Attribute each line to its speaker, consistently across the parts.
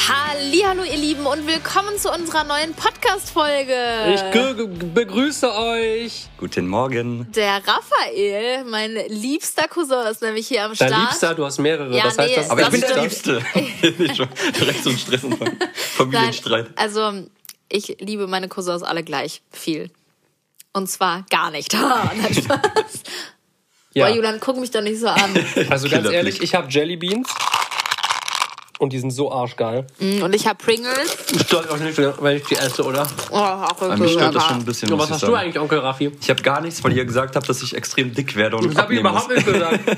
Speaker 1: Hallo ihr Lieben und willkommen zu unserer neuen Podcast-Folge.
Speaker 2: Ich ge- ge- begrüße euch.
Speaker 3: Guten Morgen.
Speaker 1: Der Raphael, mein liebster Cousin, ist nämlich hier am
Speaker 2: Dein
Speaker 1: Start.
Speaker 2: Liebster, du hast mehrere.
Speaker 1: Ja,
Speaker 2: das heißt,
Speaker 1: nee,
Speaker 2: das
Speaker 3: Aber
Speaker 1: Das
Speaker 3: ich bin der
Speaker 1: stimmt.
Speaker 3: Liebste. Ich schon direkt zum Stress und Familienstreit.
Speaker 1: Nein, also ich liebe meine Cousins alle gleich viel. Und zwar gar nicht. Ha, nein, Spaß.
Speaker 2: ja.
Speaker 1: Boah, Julian, guck mich doch nicht so an.
Speaker 2: Also ganz
Speaker 3: Killerblick.
Speaker 2: ehrlich, ich habe Jelly Beans und die sind so arschgeil.
Speaker 1: Mm, Und ich habe Pringles.
Speaker 2: Stört euch nicht, wenn ich die esse, oder?
Speaker 1: Oh, auch
Speaker 3: Aber mich stört das schon ein
Speaker 1: wirklich
Speaker 3: bisschen.
Speaker 2: Und
Speaker 3: muss
Speaker 2: was
Speaker 3: ich
Speaker 2: hast
Speaker 3: sagen.
Speaker 2: du eigentlich, Onkel Raffi?
Speaker 3: Ich habe gar nichts, weil ihr gesagt habt, dass ich extrem dick werde und
Speaker 2: Das habe ich
Speaker 3: abnehmen muss.
Speaker 2: überhaupt nicht gesagt.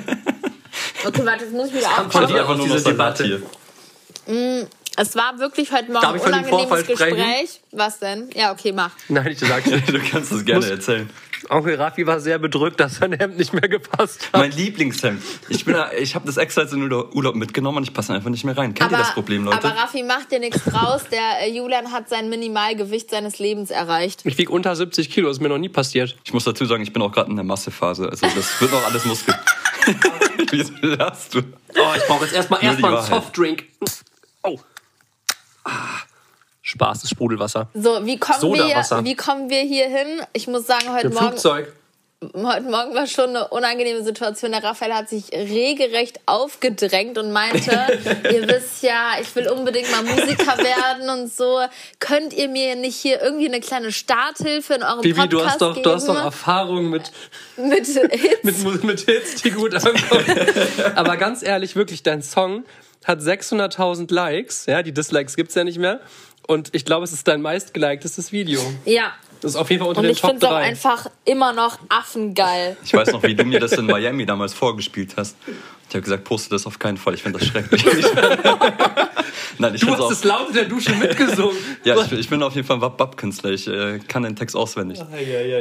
Speaker 1: Okay, warte, jetzt muss ich wieder aufpassen.
Speaker 3: Das ist einfach nur
Speaker 2: Diese
Speaker 3: noch Salat
Speaker 2: Debatte.
Speaker 3: hier.
Speaker 1: Es war wirklich heute Morgen
Speaker 2: Darf
Speaker 1: ein
Speaker 2: ich von dem
Speaker 1: unangenehmes
Speaker 2: Vorfall sprechen?
Speaker 1: Gespräch. Was denn? Ja, okay, mach.
Speaker 2: Nein, ich sagte,
Speaker 3: Du kannst das gerne erzählen.
Speaker 2: Onkel Raffi war sehr bedrückt, dass sein Hemd nicht mehr gepasst hat.
Speaker 3: Mein Lieblingshemd. Ich, bin da- ich habe das extra jetzt in den Urlaub mitgenommen und ich passe einfach nicht mehr rein. Kennt ihr das Problem, Leute?
Speaker 1: aber Raffi macht dir nichts draus. Der äh, Julian hat sein Minimalgewicht seines Lebens erreicht.
Speaker 2: Ich wiege unter 70 Kilo, ist mir noch nie passiert.
Speaker 3: Ich muss dazu sagen, ich bin auch gerade in der Massephase. Also das wird noch alles Muskel. Wie lachst du?
Speaker 2: Oh, ich brauche jetzt erstmal erstmal
Speaker 3: Nur die
Speaker 2: einen
Speaker 3: Wahrheit.
Speaker 2: Softdrink. Oh. Ah. Spaß, das Sprudelwasser.
Speaker 1: So, wie kommen, wir,
Speaker 2: Sodawasser.
Speaker 1: wie kommen wir hier hin? Ich muss sagen, heute
Speaker 2: Im
Speaker 1: Morgen,
Speaker 2: Flugzeug.
Speaker 1: heute Morgen war schon eine unangenehme Situation. Der Raphael hat sich regelrecht aufgedrängt und meinte, ihr wisst ja, ich will unbedingt mal Musiker werden und so. Könnt ihr mir nicht hier irgendwie eine kleine Starthilfe in eurem
Speaker 2: Bibi,
Speaker 1: Podcast
Speaker 2: du hast doch,
Speaker 1: geben?
Speaker 2: du hast doch Erfahrung mit,
Speaker 1: mit Hits?
Speaker 2: mit, Mu- mit Hits, die gut ankommen. Aber ganz ehrlich, wirklich, dein Song hat 600.000 Likes. Ja, die Dislikes gibt's ja nicht mehr. Und ich glaube, es ist dein meistgeliketestes Video.
Speaker 1: ja.
Speaker 2: Das ist auf jeden Fall unter
Speaker 1: Und
Speaker 2: den
Speaker 1: ich
Speaker 2: Top
Speaker 1: finde es auch
Speaker 2: 3.
Speaker 1: einfach immer noch affengeil.
Speaker 3: Ich weiß noch, wie du mir das in Miami damals vorgespielt hast. Ich habe gesagt, poste das auf keinen Fall. Ich finde das schrecklich. Nein, ich
Speaker 2: Du
Speaker 3: find's
Speaker 2: hast
Speaker 3: auch,
Speaker 2: es laut in der Dusche mitgesungen.
Speaker 3: Ja, ich, bin- ich bin auf jeden Fall ein Wapp-Künstler. Ich äh, kann den Text auswendig.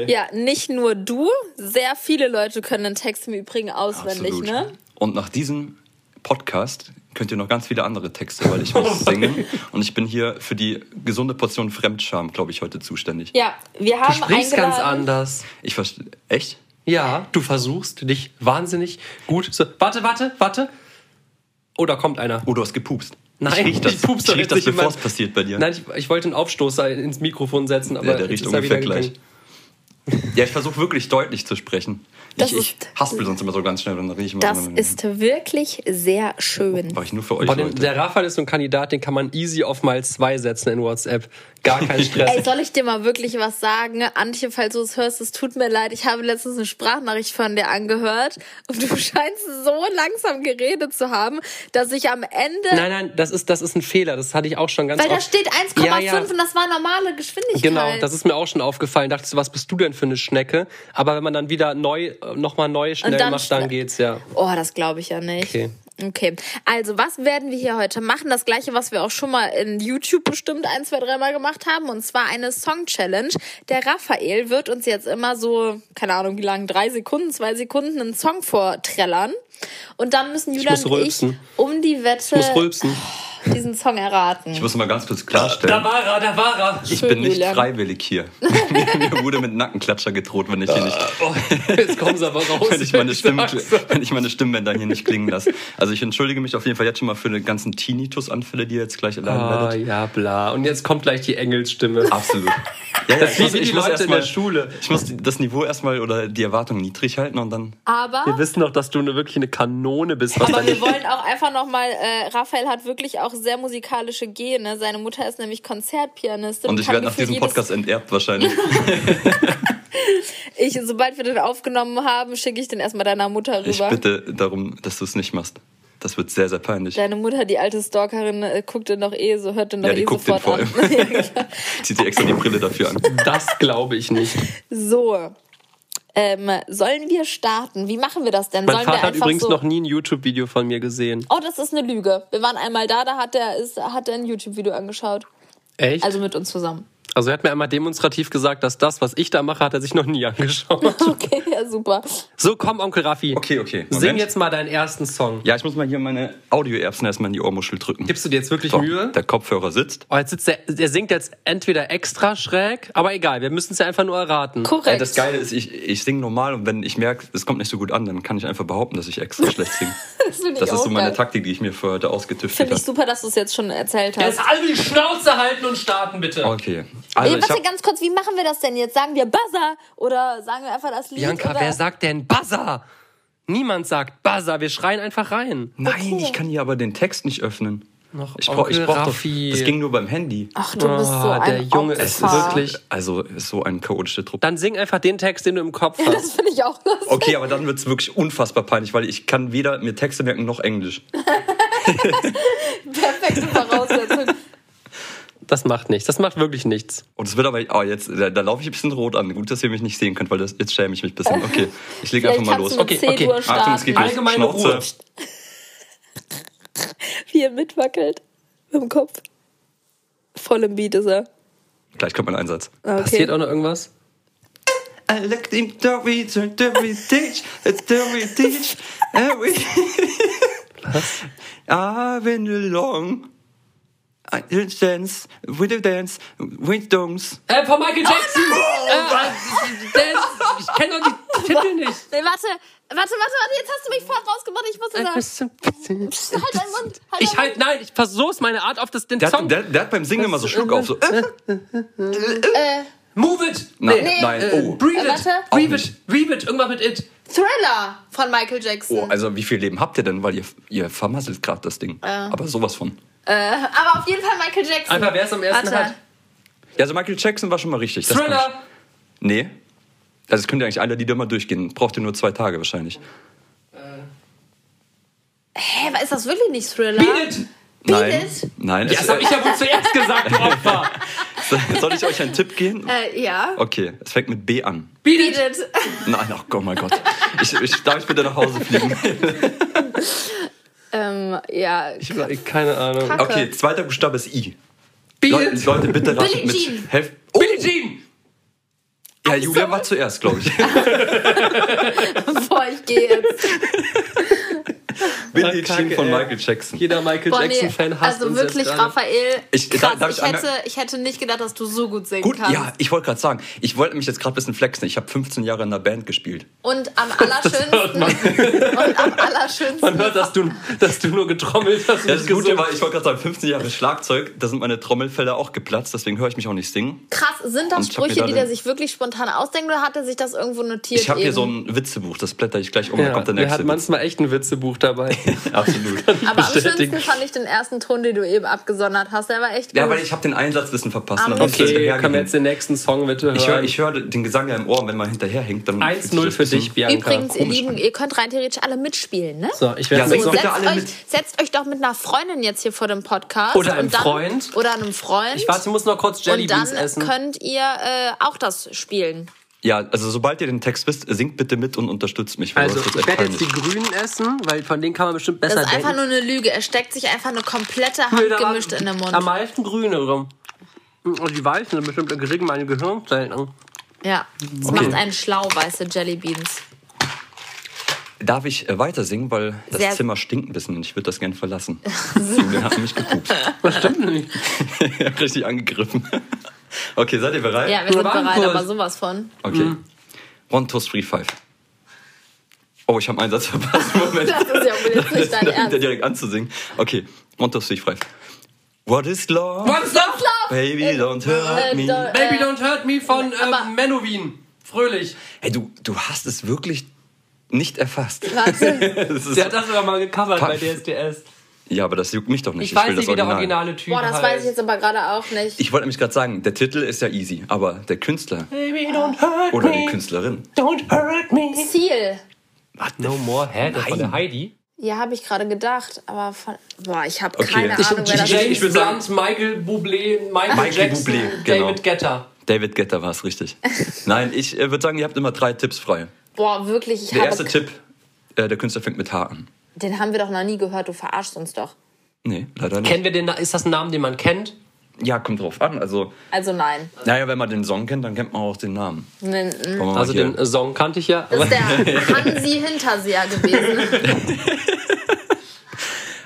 Speaker 1: Ja, nicht nur du, sehr viele Leute können den Text im Übrigen auswendig,
Speaker 3: Absolut.
Speaker 1: ne?
Speaker 3: Und nach diesem Podcast könnt ihr noch ganz viele andere Texte, weil ich muss singen. Und ich bin hier für die gesunde Portion Fremdscham, glaube ich, heute zuständig.
Speaker 1: Ja, wir
Speaker 2: Du
Speaker 1: haben
Speaker 2: sprichst ganz
Speaker 1: eingeladen-
Speaker 2: anders.
Speaker 3: Ich verstehe. Echt?
Speaker 2: Ja, du versuchst dich wahnsinnig gut zu. Warte, warte, warte. Oh, da kommt einer.
Speaker 3: Oh, du hast gepupst.
Speaker 2: Nein,
Speaker 3: ich riech das,
Speaker 2: ich pupse
Speaker 3: ich riech
Speaker 2: doch
Speaker 3: das
Speaker 2: jetzt nicht in
Speaker 3: bevor es
Speaker 2: mein-
Speaker 3: passiert bei dir.
Speaker 2: Nein, ich, ich wollte einen Aufstoßer ins Mikrofon setzen, aber
Speaker 3: ja, der
Speaker 2: jetzt
Speaker 3: riecht
Speaker 2: ist er
Speaker 3: ungefähr
Speaker 2: wieder
Speaker 3: gleich.
Speaker 2: gegangen.
Speaker 3: Ja, ich versuche wirklich deutlich zu sprechen.
Speaker 1: Das
Speaker 3: Ich, ich
Speaker 1: ist-
Speaker 3: haspel sonst immer so ganz schnell und dann riech ich immer.
Speaker 1: Das ist wirklich sehr
Speaker 2: Oh,
Speaker 1: schön.
Speaker 3: Mach ich nur für euch,
Speaker 2: Boah, den,
Speaker 3: Leute.
Speaker 2: der Raphael ist so ein Kandidat, den kann man easy auf mal zwei setzen in WhatsApp. Gar kein
Speaker 1: Ey,
Speaker 2: Stress.
Speaker 1: soll ich dir mal wirklich was sagen? Antje, falls du es hörst, es tut mir leid. Ich habe letztens eine Sprachnachricht von dir angehört und du scheinst so langsam geredet zu haben, dass ich am Ende,
Speaker 2: nein, nein, das ist, das ist ein Fehler. Das hatte ich auch schon ganz
Speaker 1: weil da
Speaker 2: oft.
Speaker 1: steht 1,5
Speaker 2: Ja, ja.
Speaker 1: und das war normale Geschwindigkeit.
Speaker 2: Genau, das ist mir auch schon aufgefallen. Dachte ich, was bist du denn für eine Schnecke? Aber wenn man dann wieder neu, äh, nochmal neu schnell
Speaker 1: dann
Speaker 2: macht, dann
Speaker 1: schne-
Speaker 2: geht's ja.
Speaker 1: Oh, das glaube ich ja nicht.
Speaker 2: Okay.
Speaker 1: Okay, also was werden wir hier heute machen? Das gleiche, was wir auch schon mal in YouTube bestimmt ein, zwei, dreimal gemacht haben, und zwar eine Song-Challenge. Der Raphael wird uns jetzt immer so, keine Ahnung wie lang, drei Sekunden, zwei Sekunden einen Song vorträllern. Und dann müssen Julian
Speaker 2: muss
Speaker 1: und ich
Speaker 2: rülpsen.
Speaker 1: um die Wette
Speaker 2: Muss rülpsen.
Speaker 1: diesen Song erraten.
Speaker 3: Ich muss mal ganz kurz klarstellen.
Speaker 2: war er, da war er.
Speaker 3: Ich bin nicht
Speaker 1: Julian.
Speaker 3: freiwillig hier. mir, mir wurde mit Nackenklatscher gedroht, wenn ich hier nicht
Speaker 2: Oh, jetzt kommen sie aber raus.
Speaker 3: wenn ich, meine Stimm,
Speaker 2: Äh, sag's dir.
Speaker 3: wenn ich meine Stimmbänder hier nicht klingen lasse. Also ich entschuldige mich auf jeden Fall jetzt schon mal für die ganzen Tinnitus-Anfälle, die ihr jetzt gleich erleiden
Speaker 2: Ah,
Speaker 3: werdet.
Speaker 2: ja, bla. Und jetzt kommt gleich die Engelsstimme.
Speaker 3: Absolut. Ja, ja,
Speaker 2: Das
Speaker 3: ich
Speaker 2: sind
Speaker 3: muss,
Speaker 2: wie die
Speaker 3: ich muss
Speaker 2: Leute in
Speaker 3: erstmal
Speaker 2: der Schule.
Speaker 3: Ich muss die- das Niveau erstmal oder die Erwartung niedrig halten und dann.
Speaker 2: Wir
Speaker 1: Aber,
Speaker 2: wissen doch, dass du eine, wirklich eine Kanone bist. Was
Speaker 1: aber
Speaker 2: deine-
Speaker 1: wir wollen auch einfach nochmal, äh, Raphael hat wirklich auch sehr musikalische Gene. Seine Mutter ist nämlich Konzertpianistin.
Speaker 3: Und ich
Speaker 1: kann
Speaker 3: werde nach
Speaker 1: gefühlt
Speaker 3: diesem
Speaker 1: jedes
Speaker 3: Podcast enterbt wahrscheinlich.
Speaker 1: Ich, sobald wir den aufgenommen haben, schicke ich den erstmal deiner Mutter
Speaker 3: Ich
Speaker 1: rüber.
Speaker 3: bitte darum, dass du es nicht machst. Das wird sehr, sehr peinlich.
Speaker 1: Deine Mutter, die alte Stalkerin, äh, guckt den doch eh so, hört den doch
Speaker 3: Ja, die
Speaker 1: eh
Speaker 3: guckt den
Speaker 1: sofort
Speaker 3: vor
Speaker 1: an. Ja, klar.
Speaker 3: Zieht dir extra die Brille dafür an.
Speaker 2: Das glaube ich nicht.
Speaker 1: so. Ähm, sollen wir starten? Wie machen wir das denn?
Speaker 2: Mein
Speaker 1: sollen
Speaker 2: Vater
Speaker 1: wir
Speaker 2: hat übrigens
Speaker 1: so
Speaker 2: noch nie ein YouTube-Video von mir gesehen.
Speaker 1: Oh, das ist eine Lüge. Wir waren einmal da, da hat er ist, hat er ein YouTube Video angeschaut,
Speaker 2: Echt?
Speaker 1: also mit uns zusammen.
Speaker 2: Also er hat mir einmal demonstrativ gesagt, dass das, was ich da mache, hat er sich noch nie angeschaut.
Speaker 1: Okay, ja, super.
Speaker 2: So, komm, Onkel Raffi.
Speaker 3: Okay, okay,
Speaker 2: Sing
Speaker 3: Moment.
Speaker 2: jetzt mal deinen ersten Song.
Speaker 3: Ja, ich muss mal hier meine Audioerbsen erstmal in die Ohrmuschel drücken.
Speaker 2: Gibst du dir jetzt wirklich
Speaker 3: So,
Speaker 2: Mühe?
Speaker 3: Der Kopfhörer sitzt.
Speaker 2: Oh, jetzt sitzt der, der singt jetzt entweder extra schräg, aber egal, wir müssen es ja einfach nur erraten.
Speaker 3: Äh,
Speaker 1: Korrekt.
Speaker 3: das Geile ist, ich, ich singe normal und wenn ich merke, es kommt nicht so gut an, dann kann ich einfach behaupten, dass ich extra schlecht singe.
Speaker 1: das finde ich
Speaker 3: Das ist
Speaker 1: auch
Speaker 3: so meine
Speaker 1: geil.
Speaker 3: Taktik, die ich mir für heute ausgetüftelt
Speaker 1: Finde
Speaker 3: habe.
Speaker 1: ich super, dass du es jetzt schon erzählt hast.
Speaker 3: also
Speaker 2: Jetzt alle die Schnauze halten und starten, bitte.
Speaker 3: Okay. Also
Speaker 1: Ey,
Speaker 3: ich
Speaker 1: warte
Speaker 3: hab,
Speaker 1: ganz kurz, wie machen wir das denn jetzt? Sagen wir Buzzer oder sagen wir einfach das Lied?
Speaker 2: Bianca,
Speaker 1: oder?
Speaker 2: wer sagt denn Buzzer? Niemand sagt Buzzer, wir schreien einfach rein.
Speaker 3: nein, ich kann hier aber den Text nicht öffnen.
Speaker 2: Noch
Speaker 3: ich brauch, ich
Speaker 2: Onkel
Speaker 3: brauch doch,
Speaker 2: Raffi.
Speaker 3: das ging nur beim Handy.
Speaker 1: Ach, du bist so
Speaker 2: Ah,
Speaker 1: ein
Speaker 2: der Junge
Speaker 1: Opfer.
Speaker 2: ist wirklich-
Speaker 3: Also ist so ein chaotischer Trupp.
Speaker 2: Dann sing einfach den Text, den du im Kopf hast.
Speaker 1: Das finde ich auch lustig.
Speaker 3: Okay, aber dann wird es wirklich unfassbar peinlich, weil ich kann weder mir Texte merken noch Englisch.
Speaker 1: Perfekte Voraussetzung.
Speaker 2: Das macht nichts, das macht wirklich nichts.
Speaker 3: Und es wird aber, ah, jetzt, da, da laufe ich ein bisschen rot an. Gut, dass ihr mich nicht sehen könnt, weil das, jetzt schäme ich mich ein bisschen. Okay, ich lege einfach
Speaker 1: Vielleicht
Speaker 3: mal
Speaker 1: kannst
Speaker 3: los.
Speaker 1: du mit
Speaker 2: Okay,
Speaker 1: 10
Speaker 2: okay.
Speaker 1: Uhr
Speaker 2: Achtung,
Speaker 1: starten,
Speaker 3: es geht los.
Speaker 2: Allgemeine
Speaker 3: Schnauze.
Speaker 2: Ruhe.
Speaker 1: wie er mitwackelt im Kopf. Voll im Beat ist er.
Speaker 3: Gleich kommt mein Einsatz.
Speaker 1: Ah, Okay.
Speaker 2: Passiert auch noch irgendwas?
Speaker 3: I like them dirty, dirty teach, dirty teach, every... I've been along, I dance, we do dance, we don't.
Speaker 2: Äh, von
Speaker 1: Oh,
Speaker 2: Michael Jackson! äh, äh, der- ich kenne doch die Titel nicht.
Speaker 1: Nee, warte, warte, warte, warte, jetzt hast du mich voll rausgebracht, ich muss
Speaker 2: Ein
Speaker 1: das sagen.
Speaker 2: bisschen- bisschen-
Speaker 1: Halt deinen Mund, halt
Speaker 2: Ich
Speaker 1: deinen
Speaker 2: halt, nein, ich versuch's meine Art auf das, den
Speaker 3: Der
Speaker 2: Song.
Speaker 3: hat, der, der hat beim Singen immer so Schluck auf, so. Äh,
Speaker 2: Move it!
Speaker 3: nein,
Speaker 1: Nee.
Speaker 3: nein,
Speaker 2: Äh,
Speaker 3: oh.
Speaker 2: breathe
Speaker 1: Äh,
Speaker 2: it!
Speaker 1: warte.
Speaker 3: Auch
Speaker 2: Breathe it!
Speaker 3: nicht.
Speaker 2: Breathe it! Irgendwann mit it!
Speaker 1: Thriller von Michael Jackson.
Speaker 3: Oh, also wie viel Leben habt ihr denn? Weil ihr, ihr vermasselt gerade das Ding. Aber sowas von.
Speaker 1: Äh, Aber auf jeden Fall Michael Jackson.
Speaker 2: Einfach wer es am ersten
Speaker 1: Warte.
Speaker 2: hat.
Speaker 3: Ja, also Michael Jackson war schon mal richtig. das kann
Speaker 2: Thriller!
Speaker 3: Ich, nee. Also es könnte eigentlich einer Lieder mal durchgehen. Braucht ihr nur zwei Tage wahrscheinlich.
Speaker 1: Hä, ist das wirklich nicht Thriller?
Speaker 2: Beat it!
Speaker 3: Nein.
Speaker 1: it.
Speaker 3: Nein.
Speaker 2: Ja, das
Speaker 3: es- äh,
Speaker 2: hab ich ja wohl zuerst gesagt, du Opfer!
Speaker 3: soll ich euch einen Tipp geben?
Speaker 1: Äh, ja.
Speaker 3: Okay, es fängt mit B an.
Speaker 2: Beat
Speaker 1: Beat
Speaker 2: it!
Speaker 1: it.
Speaker 3: Nein, ach Gott, mein Gott. Ich, ich, darf ich bitte nach Hause fliegen?
Speaker 1: ähm, ja.
Speaker 2: Ich hab keine Ahnung.
Speaker 1: Kacke.
Speaker 3: Okay, zweiter Buchstabe ist I.
Speaker 2: Beat
Speaker 3: Leute,
Speaker 2: it!
Speaker 3: Leute bitte ratet mit.
Speaker 1: Jean.
Speaker 3: Helft- Oh,
Speaker 2: Billie Jean!
Speaker 3: ja, Julia war zuerst, glaube ich.
Speaker 1: Boah, ich gehe jetzt.
Speaker 3: Billie
Speaker 2: Kacke,
Speaker 3: Jean von
Speaker 2: ey.
Speaker 3: Michael Jackson.
Speaker 2: Jeder Michael
Speaker 1: Boah, nee.
Speaker 2: Jackson-Fan hasst
Speaker 1: Also
Speaker 2: uns
Speaker 1: wirklich,
Speaker 2: jetzt gerade.
Speaker 1: Raphael.
Speaker 3: Ich-
Speaker 1: krass,
Speaker 3: darf- darf
Speaker 1: ich,
Speaker 3: ich
Speaker 1: hätte,
Speaker 3: anmerken?
Speaker 1: ich hätte nicht gedacht, dass du so gut singen
Speaker 3: Gut,
Speaker 1: kannst.
Speaker 3: ja, ich wollte gerade sagen, ich wollte mich jetzt gerade ein bisschen flexen. Ich habe 15 Jahre in einer Band gespielt.
Speaker 1: Und am allerschönsten. und am
Speaker 2: Man
Speaker 1: allerschönsten.
Speaker 2: hört, dass du, dass du nur getrommelt hast. und
Speaker 3: Das
Speaker 2: nicht
Speaker 3: Gute
Speaker 2: gesungen.
Speaker 3: war, ich wollte gerade sagen, 15 Jahre Schlagzeug, da sind meine Trommelfelder auch geplatzt, deswegen höre ich mich auch nicht singen.
Speaker 1: Krass, sind das
Speaker 3: Und ich hab mir
Speaker 1: Sprüche,
Speaker 3: da
Speaker 1: die
Speaker 3: den-
Speaker 1: der sich wirklich spontan ausdenkt oder hat er sich das irgendwo notiert?
Speaker 3: Ich habe hier
Speaker 1: eben?
Speaker 3: so ein Witzebuch, das blätter ich gleich um, da
Speaker 2: ja,
Speaker 3: kommt der
Speaker 2: Oh der
Speaker 3: nächste
Speaker 2: hat
Speaker 3: Witz.
Speaker 2: manchmal echt ein Witzebuch dabei.
Speaker 3: Absolut.
Speaker 1: Aber am
Speaker 2: bestätigen.
Speaker 1: schönsten fand ich den ersten Ton, den du eben abgesondert hast. Der war echt gut.
Speaker 3: Ja, weil ich habe den Einsatzwissen verpasst. und dann musste ich
Speaker 2: Okay,
Speaker 3: hinterhergehen.
Speaker 2: können wir jetzt den nächsten Song bitte hören?
Speaker 3: ich höre ich hör den Gesang ja im Ohr und wenn man hinterherhinkt, dann... fühlt sich
Speaker 2: 1-0
Speaker 3: das
Speaker 2: für
Speaker 3: bisschen-
Speaker 2: dich, Bianca.
Speaker 1: Übrigens, ihr
Speaker 3: komisch
Speaker 1: Lieben,
Speaker 3: an.
Speaker 1: ihr könnt rein theoretisch alle mitspielen, ne?
Speaker 2: So, ich werde
Speaker 3: Ja,
Speaker 2: singen.
Speaker 3: so-
Speaker 1: setzt,
Speaker 3: Sollte alle
Speaker 1: euch,
Speaker 3: mit-
Speaker 1: setzt euch doch mit einer Freundin jetzt hier vor dem Podcast.
Speaker 2: Oder einem
Speaker 1: und dann,
Speaker 2: Freund.
Speaker 1: Oder einem Freund.
Speaker 2: Ich warte, ich muss noch kurz
Speaker 1: und dann
Speaker 2: Jellybeans essen.
Speaker 1: könnt ihr äh, auch das spielen.
Speaker 3: Ja, also sobald ihr den Text wisst, singt bitte mit und unterstützt mich. weil
Speaker 2: Also,
Speaker 3: sonst wird's
Speaker 2: ich
Speaker 3: echt
Speaker 2: werde jetzt die
Speaker 3: peinlich.
Speaker 2: Grünen essen, weil von denen kann man bestimmt
Speaker 1: Das
Speaker 2: besser
Speaker 1: ist einfach
Speaker 2: denken.
Speaker 1: nur eine Lüge. Er steckt sich einfach eine komplette
Speaker 2: Nee,
Speaker 1: Hand
Speaker 2: da waren
Speaker 1: gemischt in den
Speaker 2: Am
Speaker 1: Mund.
Speaker 2: meisten Grüne rum. Hm, Und die Weißen sind bestimmt gering meine Gehirnzellen.
Speaker 1: Ja, das
Speaker 3: Okay.
Speaker 1: macht einen schlau, weiße Jellybeans.
Speaker 3: Darf ich äh, weiter singen, weil das
Speaker 1: Sehr-
Speaker 3: Zimmer stinkt ein bisschen und ich würde das gerne verlassen. Julian hat mich gekupst.
Speaker 2: Das stimmt nicht.
Speaker 3: Richtig angegriffen. Okay, seid ihr bereit?
Speaker 1: Ja, wir sind
Speaker 2: Oder
Speaker 1: bereit,
Speaker 2: Warenkorb.
Speaker 1: aber sowas von.
Speaker 3: Okay.
Speaker 2: Mhm.
Speaker 3: One, two, three, five. Oh, ich habe einen Satz verpasst. Moment.
Speaker 1: Das ist ja wohl jetzt nicht dein
Speaker 3: Der
Speaker 1: Ernst.
Speaker 3: direkt anzusingen. Okay. One, two, three, five. What is love?
Speaker 2: What's up?
Speaker 3: Baby, don't hurt
Speaker 1: Äh,
Speaker 3: me.
Speaker 1: don't-
Speaker 2: Baby Don't Hurt Me von
Speaker 1: aber-
Speaker 2: ähm, Menowin. Fröhlich.
Speaker 3: Hey, du, du hast es wirklich nicht erfasst.
Speaker 1: Warte.
Speaker 3: Das ist,
Speaker 2: Der hat das aber mal gecovert
Speaker 3: Puff.
Speaker 2: bei DSDS.
Speaker 3: ja, aber das juckt mich doch nicht.
Speaker 2: Ich,
Speaker 3: Ich,
Speaker 2: weiß
Speaker 3: will
Speaker 2: nicht,
Speaker 3: das
Speaker 2: wie der
Speaker 3: Original.
Speaker 2: originale Typ
Speaker 1: Boah, das weiß ich
Speaker 2: heißt.
Speaker 1: jetzt aber gerade auch nicht.
Speaker 3: Ich wollte nämlich gerade sagen, der Titel ist ja easy, aber der Künstler
Speaker 2: Baby Don't Hurt
Speaker 3: oder die
Speaker 2: Me.
Speaker 3: Künstlerin.
Speaker 2: Don't Hurt Me.
Speaker 1: Ziel.
Speaker 2: No More, hä? Das von
Speaker 3: Nein.
Speaker 2: der Heidi?
Speaker 1: Ja, habe ich gerade gedacht, aber von, boah, ich habe
Speaker 3: Okay.
Speaker 1: keine
Speaker 3: Ich-
Speaker 1: Ahnung, wer das
Speaker 3: Jay-
Speaker 1: ist.
Speaker 2: James
Speaker 3: ich würde sagen-
Speaker 2: Blunt, Michael Bublé, Michael,
Speaker 3: Michael
Speaker 2: Jackson,
Speaker 3: Bublé, genau.
Speaker 2: David Guetta.
Speaker 3: David Getter war es richtig. Nein, ich äh, würde sagen, ihr habt immer drei Tipps frei.
Speaker 1: Boah, wirklich, ich
Speaker 3: Der
Speaker 1: habe
Speaker 3: erste Tipp, äh, der Künstler fängt mit H an.
Speaker 1: Den haben wir doch noch nie gehört, du verarschst uns doch.
Speaker 3: Nee, leider nicht.
Speaker 2: Kennen wir den? Ist das ein Name, den man kennt?
Speaker 3: Ja, kommt drauf an. Also,
Speaker 1: Also nein.
Speaker 3: naja, wenn man den Song kennt, dann kennt man auch den Namen.
Speaker 1: Nein, nein.
Speaker 3: Wollen wir mal
Speaker 2: Also
Speaker 3: hier-
Speaker 2: den äh, Song kannte ich ja.
Speaker 1: Das
Speaker 2: Aber
Speaker 1: ist der Hansi Hinterseher gewesen.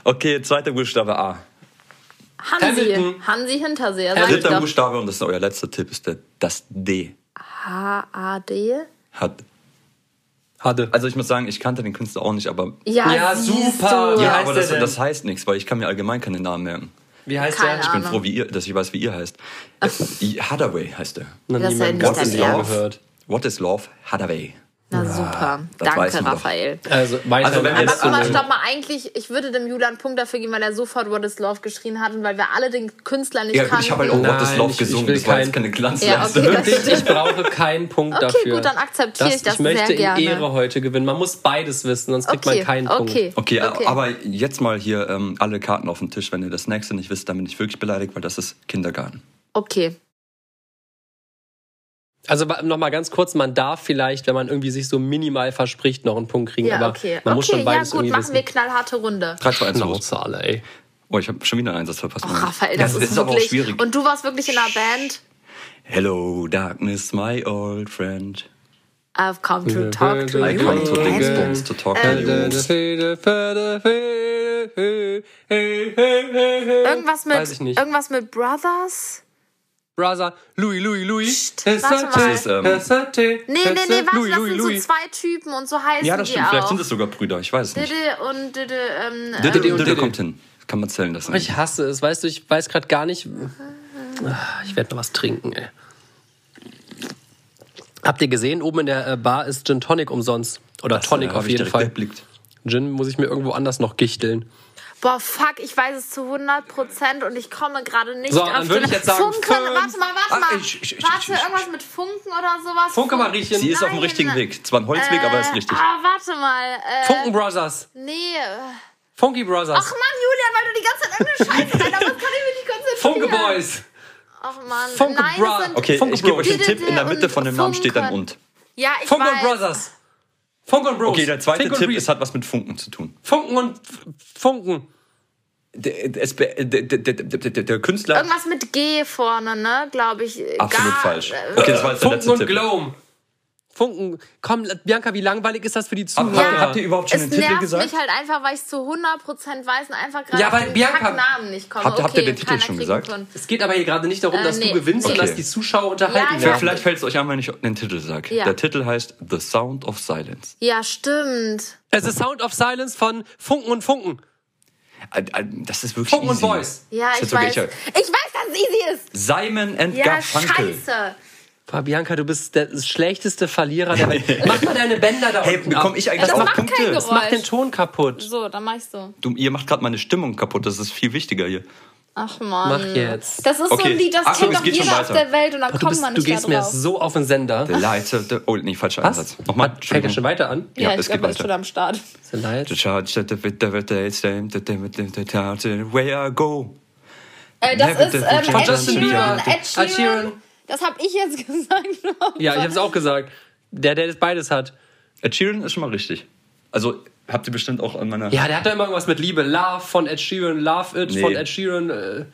Speaker 3: okay, zweiter Buchstabe A.
Speaker 1: Hansi.
Speaker 2: Hamilton.
Speaker 1: Hansi Hinterseher. sag ich
Speaker 3: Dritter
Speaker 1: doch.
Speaker 3: Buchstabe, und das ist euer letzter Tipp, ist der, das D.
Speaker 1: H-A-D.
Speaker 3: Hat.
Speaker 2: hatte.
Speaker 3: Also ich muss sagen, ich kannte den Künstler auch nicht, aber.
Speaker 1: Ja,
Speaker 2: Ja,
Speaker 1: siehst
Speaker 2: super.
Speaker 1: Du.
Speaker 2: Wie
Speaker 3: Ja,
Speaker 2: heißt
Speaker 3: aber
Speaker 2: der
Speaker 3: das,
Speaker 2: denn?
Speaker 3: das heißt nichts, weil ich kann mir allgemein keine Namen merken.
Speaker 2: Wie heißt
Speaker 1: Keine
Speaker 3: Ich
Speaker 2: der?
Speaker 3: bin
Speaker 1: Ahnung.
Speaker 3: froh, wie ihr, dass ich weiß, wie ihr heißt. Äh, Hathaway heißt er.
Speaker 2: Noch
Speaker 1: Das
Speaker 2: nie
Speaker 1: ist
Speaker 2: mit
Speaker 1: ja
Speaker 2: dem
Speaker 1: nicht
Speaker 2: Gott in die
Speaker 1: der
Speaker 2: Augen
Speaker 1: Erste.
Speaker 2: gehört.
Speaker 3: What is Love? Hathaway.
Speaker 1: Na super.
Speaker 3: Ah, das weiß man
Speaker 1: Danke,
Speaker 3: doch.
Speaker 1: Raphael.
Speaker 2: Also, weiter
Speaker 3: Also, wenn wir
Speaker 2: im
Speaker 3: jetzt
Speaker 1: Aber guck mal,
Speaker 2: Einzelnen.
Speaker 1: stopp mal, eigentlich, ich würde dem Julian einen Punkt dafür geben, weil er sofort What is Love geschrien hat und weil wir alle den Künstler nicht
Speaker 3: Ja,
Speaker 1: kannten.
Speaker 3: ich habe halt auch What is
Speaker 2: Nein,
Speaker 3: Love
Speaker 2: ich- ich
Speaker 3: gesungen,
Speaker 2: will
Speaker 3: das war jetzt
Speaker 2: kein-
Speaker 3: keine
Speaker 1: Ja,
Speaker 3: Glanzleiste.
Speaker 1: okay, das
Speaker 2: Wirklich,
Speaker 1: stimmt.
Speaker 2: ich brauche keinen Punkt
Speaker 1: Okay,
Speaker 2: dafür.
Speaker 1: gut, dann akzeptiere ich
Speaker 2: das,
Speaker 1: das
Speaker 2: Ich möchte
Speaker 1: sehr gerne.
Speaker 2: in Ehre heute gewinnen. Man muss beides wissen, sonst kriegt
Speaker 1: Okay,
Speaker 2: man keinen Punkt.
Speaker 1: okay.
Speaker 3: Okay, aber jetzt mal hier ähm, alle Karten auf den Tisch. Wenn ihr das nächste nicht wisst, dann bin ich wirklich beleidigt, weil das ist Kindergarten.
Speaker 1: Okay.
Speaker 2: Also nochmal ganz kurz, man darf vielleicht, wenn man irgendwie sich so minimal verspricht, noch einen Punkt kriegen.
Speaker 1: Ja,
Speaker 2: aber
Speaker 1: okay.
Speaker 2: man
Speaker 1: okay,
Speaker 2: muss schon
Speaker 1: ja,
Speaker 2: beides
Speaker 1: gut,
Speaker 2: irgendwie
Speaker 1: machen wir
Speaker 2: wissen.
Speaker 1: knallharte Runde.
Speaker 3: 3, 2, 1, los.
Speaker 2: Schnauze alle, ey.
Speaker 3: Oh, ich habe schon wieder einen Einsatz verpasst.
Speaker 1: Och, Oh, Raphael, das, ist, wirklich.
Speaker 3: aber auch schwierig.
Speaker 1: Und du warst wirklich in einer Band.
Speaker 3: Hello, darkness, my old friend.
Speaker 1: I've come Äh, to talk to
Speaker 3: I come
Speaker 1: you.
Speaker 3: to Dingsbums to talk to you.
Speaker 1: Irgendwas mit,
Speaker 2: Weiß ich nicht.
Speaker 1: irgendwas mit Brothers?
Speaker 2: Brother, Louis, Louis, Louis.
Speaker 1: Psst, warte mal.
Speaker 3: Das ist, ähm,
Speaker 1: Nee, nee, nee, warte, das sind so zwei Typen und so heißen
Speaker 3: Ja, das
Speaker 1: die
Speaker 3: stimmt. Vielleicht
Speaker 1: auch.
Speaker 3: sind es sogar Brüder. Ich weiß es nicht.
Speaker 1: Didde und Didde, ähm, äh,
Speaker 3: Didde,
Speaker 2: Didde und
Speaker 3: Didde,
Speaker 2: Didde.
Speaker 3: kommt hin. Kann man zählen, das
Speaker 2: Ich hasse es, weißt du, ich weiß gerade gar nicht. Ah, Ich werde noch was trinken, ey. Habt ihr gesehen, oben in der äh, Bar ist Gin Tonic umsonst. Oder
Speaker 3: äh,
Speaker 2: Tonic auf jeden Fall.
Speaker 3: Geblickt.
Speaker 2: Gin muss ich mir irgendwo anders noch gichteln.
Speaker 1: boah, fuck, ich weiß es zu 100 Prozent und ich komme gerade nicht
Speaker 2: So,
Speaker 1: auf
Speaker 2: dann würde
Speaker 1: den-
Speaker 2: ich jetzt sagen,
Speaker 1: Funken,
Speaker 2: fünf-
Speaker 1: warte mal, warte
Speaker 2: Ach,
Speaker 1: mal.
Speaker 2: ich- ich- ich-
Speaker 1: warte,
Speaker 2: ich-
Speaker 1: irgendwas mit Funken oder sowas.
Speaker 2: Funke
Speaker 1: Fun-
Speaker 2: Mariechen.
Speaker 3: Sie ist auf dem
Speaker 1: Nein.
Speaker 3: richtigen Weg. Zwar ein Holzweg, aber ist richtig.
Speaker 1: Äh, ah, warte mal. Äh,
Speaker 2: Funken Brothers.
Speaker 1: nee.
Speaker 2: Funky Brothers.
Speaker 1: Ach man, Julian, weil du die ganze Zeit irgendeine Scheiße rein, aber das kann ich mir nicht konzentrieren.
Speaker 2: Funke Boys.
Speaker 1: Ach man,
Speaker 2: Funke
Speaker 1: nein,
Speaker 2: Bra-
Speaker 1: das sind...
Speaker 3: Okay,
Speaker 2: Funke
Speaker 3: ich gebe
Speaker 2: Bro.
Speaker 3: euch einen
Speaker 1: Didde
Speaker 3: Tipp. In der Mitte
Speaker 1: und
Speaker 3: von dem Namen steht dann
Speaker 1: Funke.
Speaker 3: und.
Speaker 1: Ja, ich
Speaker 2: Funke
Speaker 1: weiß.
Speaker 2: und Brothers. Funke und Bros.
Speaker 3: Okay, der zweite
Speaker 2: Fink und
Speaker 3: Tipp,
Speaker 2: Breeze.
Speaker 3: es hat was mit Funken zu tun.
Speaker 2: Funken und F- Funken.
Speaker 3: Der, es be- äh, der, der, der, der, der der Künstler.
Speaker 1: Irgendwas mit G vorne, ne? Glaube ich.
Speaker 3: Absolut
Speaker 1: Gar-
Speaker 3: falsch.
Speaker 1: äh,
Speaker 3: Okay, das war jetzt der
Speaker 2: Funken
Speaker 3: letzte
Speaker 2: und
Speaker 3: Tipp.
Speaker 2: Gloam. Funken. Komm, Bianca, wie langweilig ist das für die Zuhörer?
Speaker 3: Aber habt ihr überhaupt schon
Speaker 1: es
Speaker 3: den Titel
Speaker 1: nervt
Speaker 3: gesagt?
Speaker 1: mich halt einfach, weil ich zu 100% weiß und einfach gerade
Speaker 2: Ja,
Speaker 1: auf
Speaker 2: weil
Speaker 1: den
Speaker 2: Bianca-
Speaker 1: Namen nicht komme.
Speaker 3: Habt-
Speaker 1: okay,
Speaker 3: habt ihr den Titel
Speaker 1: keiner
Speaker 3: schon
Speaker 1: kriegt
Speaker 3: gesagt?
Speaker 1: einen Punkt.
Speaker 2: Es geht aber hier gerade nicht darum,
Speaker 1: Äh,
Speaker 2: dass
Speaker 1: nee,
Speaker 2: du gewinnst,
Speaker 1: nee.
Speaker 2: sondern dass
Speaker 3: Okay.
Speaker 2: die Zuschauer unterhalten
Speaker 1: Ja,
Speaker 2: werden.
Speaker 1: ja.
Speaker 3: Vielleicht fällt es euch ein, wenn ich den Titel sage.
Speaker 1: Ja.
Speaker 3: Der Titel heißt The Sound of Silence.
Speaker 1: Ja, stimmt.
Speaker 2: Es ist Sound of Silence von Funken und Funken.
Speaker 3: Äh, äh, Das ist wirklich
Speaker 2: Funken und
Speaker 3: easy.
Speaker 2: Voice.
Speaker 1: Ja,
Speaker 3: Das
Speaker 1: ich
Speaker 3: ist sogar
Speaker 1: weiß. Ich, weiß, dass es easy ist.
Speaker 3: Simon and
Speaker 1: Ja,
Speaker 3: Garfunkel.
Speaker 1: scheiße.
Speaker 2: Boah, Bianca, du bist der schlechteste Verlierer der Welt. Mach mal deine Bänder da
Speaker 3: Hey,
Speaker 2: unten ab.
Speaker 3: bekomme ich eigentlich
Speaker 1: Das
Speaker 3: auch
Speaker 1: macht kein
Speaker 3: Punkte?
Speaker 1: Geräusch.
Speaker 2: Mach den Ton kaputt.
Speaker 1: So, dann mach ich so.
Speaker 3: Du, ihr macht gerade meine Stimmung kaputt. Das ist viel wichtiger hier.
Speaker 1: Ach man.
Speaker 2: Mach jetzt.
Speaker 1: Das ist so
Speaker 3: Okay.
Speaker 1: ein Lied, das
Speaker 3: Ach so,
Speaker 1: kennt
Speaker 3: es
Speaker 1: doch
Speaker 3: geht schon
Speaker 1: jeder auf
Speaker 3: weiter.
Speaker 1: der Welt und dann
Speaker 2: Du,
Speaker 1: kommt
Speaker 2: bist,
Speaker 1: man
Speaker 2: du
Speaker 1: nicht
Speaker 2: gehst
Speaker 1: da
Speaker 2: mir
Speaker 1: drauf.
Speaker 2: so auf den Sender.
Speaker 3: The Lights of the... Oh, nee, falscher Einsatz. Nochmal.
Speaker 2: Hat, fängt er schon weiter an?
Speaker 3: Ja,
Speaker 1: ich
Speaker 3: es
Speaker 1: glaub,
Speaker 3: geht
Speaker 1: der ist schon
Speaker 3: weiter.
Speaker 1: am Start.
Speaker 2: The Lights.
Speaker 3: The charge that the bitter with the same, that they with the- the- the- the- where I go.
Speaker 1: Äh, das
Speaker 3: Never
Speaker 1: ist
Speaker 3: the
Speaker 1: ähm,
Speaker 3: Future
Speaker 1: Ed
Speaker 2: Justin
Speaker 1: Sheeran.
Speaker 2: Bieber.
Speaker 1: Ed Sheeran.
Speaker 2: Ed Sheeran.
Speaker 1: Das habe ich jetzt gesagt.
Speaker 2: Ja, ich hab's auch gesagt. Der, der das beides hat.
Speaker 3: Ed Sheeran ist schon mal richtig. Also, habt ihr bestimmt auch an meiner...
Speaker 2: Ja, der hat da immer irgendwas mit Liebe. Love von Ed Sheeran, Love It
Speaker 3: Nee.
Speaker 2: von Ed Sheeran. äh.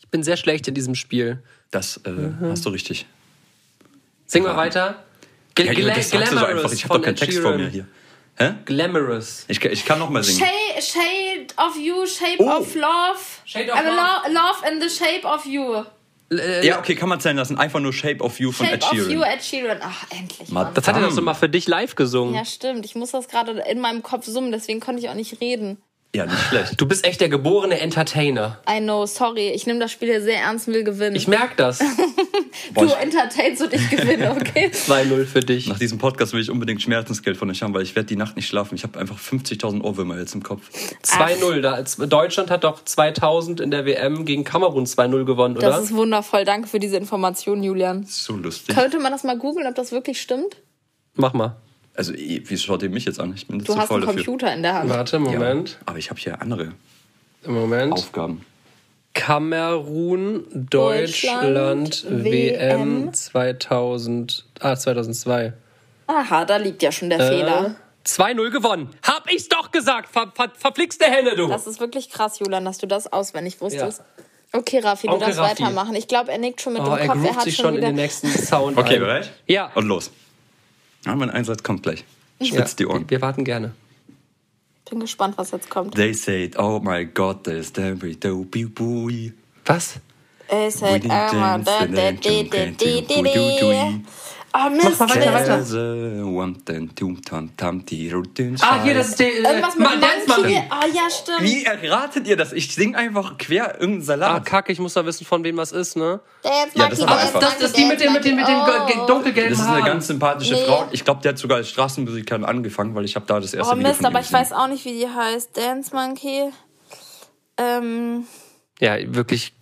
Speaker 2: Ich bin sehr schlecht in diesem Spiel.
Speaker 3: Das äh,
Speaker 1: Mhm.
Speaker 3: hast du richtig.
Speaker 2: Sing mal weiter. Gl
Speaker 3: Ja, Junge, das sagst du so einfach. Ich habe doch keinen Text vor mir hier. Hä?
Speaker 2: Glamorous.
Speaker 3: Ich, ich kann noch mal singen.
Speaker 1: Shade, shade of you, shape
Speaker 3: Oh.
Speaker 1: of love.
Speaker 2: Shade of
Speaker 1: Aber
Speaker 2: love.
Speaker 1: lo- love in the shape of you.
Speaker 3: Ja, okay, kann man zählen lassen. Einfach nur Shape of You von
Speaker 1: Shape
Speaker 3: Ed
Speaker 1: of you,
Speaker 3: Sheeran.
Speaker 1: Ed Sheeran. Ach, endlich. Mann.
Speaker 2: Das hat er doch so
Speaker 3: Verdammt.
Speaker 2: mal für dich live gesungen.
Speaker 1: Ja, stimmt. Ich muss das gerade in meinem Kopf summen, deswegen konnte ich auch nicht reden.
Speaker 3: Ja, nicht schlecht.
Speaker 2: Du bist echt der geborene Entertainer.
Speaker 1: I know, sorry. Ich nehme das Spiel hier sehr ernst und will gewinnen.
Speaker 2: Ich merk das.
Speaker 3: Boah,
Speaker 1: du
Speaker 3: ich-
Speaker 1: entertainst und ich gewinne, okay?
Speaker 2: 2-0 für dich.
Speaker 3: Nach diesem Podcast will ich unbedingt Schmerzensgeld von euch haben, weil ich werde die Nacht nicht schlafen. Ich habe einfach 50.000 Ohrwürmer jetzt im Kopf.
Speaker 2: 2-0. Da- als- Deutschland hat doch 2000 in der WM gegen Kamerun 2-0 gewonnen,
Speaker 1: Das
Speaker 2: oder?
Speaker 1: ist wundervoll. Danke für diese Information, Julian.
Speaker 3: So lustig.
Speaker 1: Könnte man das mal googeln, ob das wirklich stimmt?
Speaker 2: Mach mal.
Speaker 3: Also, eh, wie schaut ihr mich jetzt an? Ich bin jetzt
Speaker 1: Du
Speaker 3: zu
Speaker 1: hast
Speaker 3: voll
Speaker 1: einen
Speaker 3: dafür.
Speaker 1: Computer in der Hand.
Speaker 2: Warte, Moment.
Speaker 3: Aber ich habe hier andere
Speaker 2: Moment.
Speaker 3: Aufgaben.
Speaker 2: Kamerun, Deutschland,
Speaker 1: Deutschland,
Speaker 2: WM 2000, ah, 2002.
Speaker 1: Aha, da liegt ja schon
Speaker 2: Äh,
Speaker 1: der Fehler.
Speaker 2: 2-0 gewonnen. Hab ich's doch gesagt. Ver ver verflixte Henne, du.
Speaker 1: Das ist wirklich krass, Julian, dass du das auswendig
Speaker 2: ja.
Speaker 1: wusstest. Okay, Raffi, du
Speaker 2: Onkel
Speaker 1: darfst
Speaker 2: Raffi.
Speaker 1: weitermachen. Ich glaube, er nickt schon mit
Speaker 2: Oh,
Speaker 1: dem
Speaker 2: er
Speaker 1: Kopf. Er
Speaker 2: groovt
Speaker 1: hat
Speaker 2: sich
Speaker 1: schon
Speaker 2: schon in
Speaker 1: wieder.
Speaker 2: den nächsten Sound.
Speaker 3: Okay,
Speaker 2: ein.
Speaker 3: bereit?
Speaker 2: Ja.
Speaker 3: Und los. Ja, mein Einsatz kommt gleich.
Speaker 2: ja.
Speaker 3: Spitz die Ohren.
Speaker 2: Wir, wir warten gerne.
Speaker 1: Bin gespannt, was jetzt kommt.
Speaker 3: They said, oh my god, there's every dopey boy.
Speaker 2: Was?
Speaker 1: Ey, seit
Speaker 3: We
Speaker 1: einmal halt,
Speaker 3: dance
Speaker 1: ah, da, da,
Speaker 3: and then
Speaker 1: di,
Speaker 3: jump
Speaker 1: di,
Speaker 3: into
Speaker 1: di, di,
Speaker 3: who you do.
Speaker 1: di. Oh, Mist.
Speaker 2: mal weiter,
Speaker 1: Mist.
Speaker 2: weiter.
Speaker 3: There's a one, then two, tam, tam, die, roten
Speaker 2: Ah, hier, das ist der. Äh,
Speaker 1: Irgendwas mit
Speaker 2: Ma- Dance
Speaker 1: Monkey.
Speaker 2: Monkey.
Speaker 1: Oh, ja, stimmt.
Speaker 3: Wie erratet ihr das? Ich sing einfach quer irgendeinen
Speaker 2: Ah,
Speaker 3: Salat.
Speaker 2: kacke, ich muss da wissen, von wem was ist, ne?
Speaker 1: Dance
Speaker 3: Ja, das
Speaker 1: Monkey,
Speaker 3: war
Speaker 1: Dance
Speaker 3: einfach.
Speaker 2: Das, das ist die mit den, mit den, mit den
Speaker 1: Monkey.
Speaker 2: go-
Speaker 1: Oh.
Speaker 2: dunkelgelben
Speaker 3: das ist eine
Speaker 2: Haaren.
Speaker 3: ganz sympathische
Speaker 1: Nee.
Speaker 3: Frau. Ich glaube, der hat sogar als Straßenmusikerin angefangen, weil ich habe da das erste
Speaker 1: Oh
Speaker 3: Video
Speaker 1: Mist,
Speaker 3: von ihr
Speaker 1: aber ich
Speaker 3: gesehen.
Speaker 1: weiß auch nicht, wie die heißt. Dance Monkey. Ähm,
Speaker 2: ja, wirklich.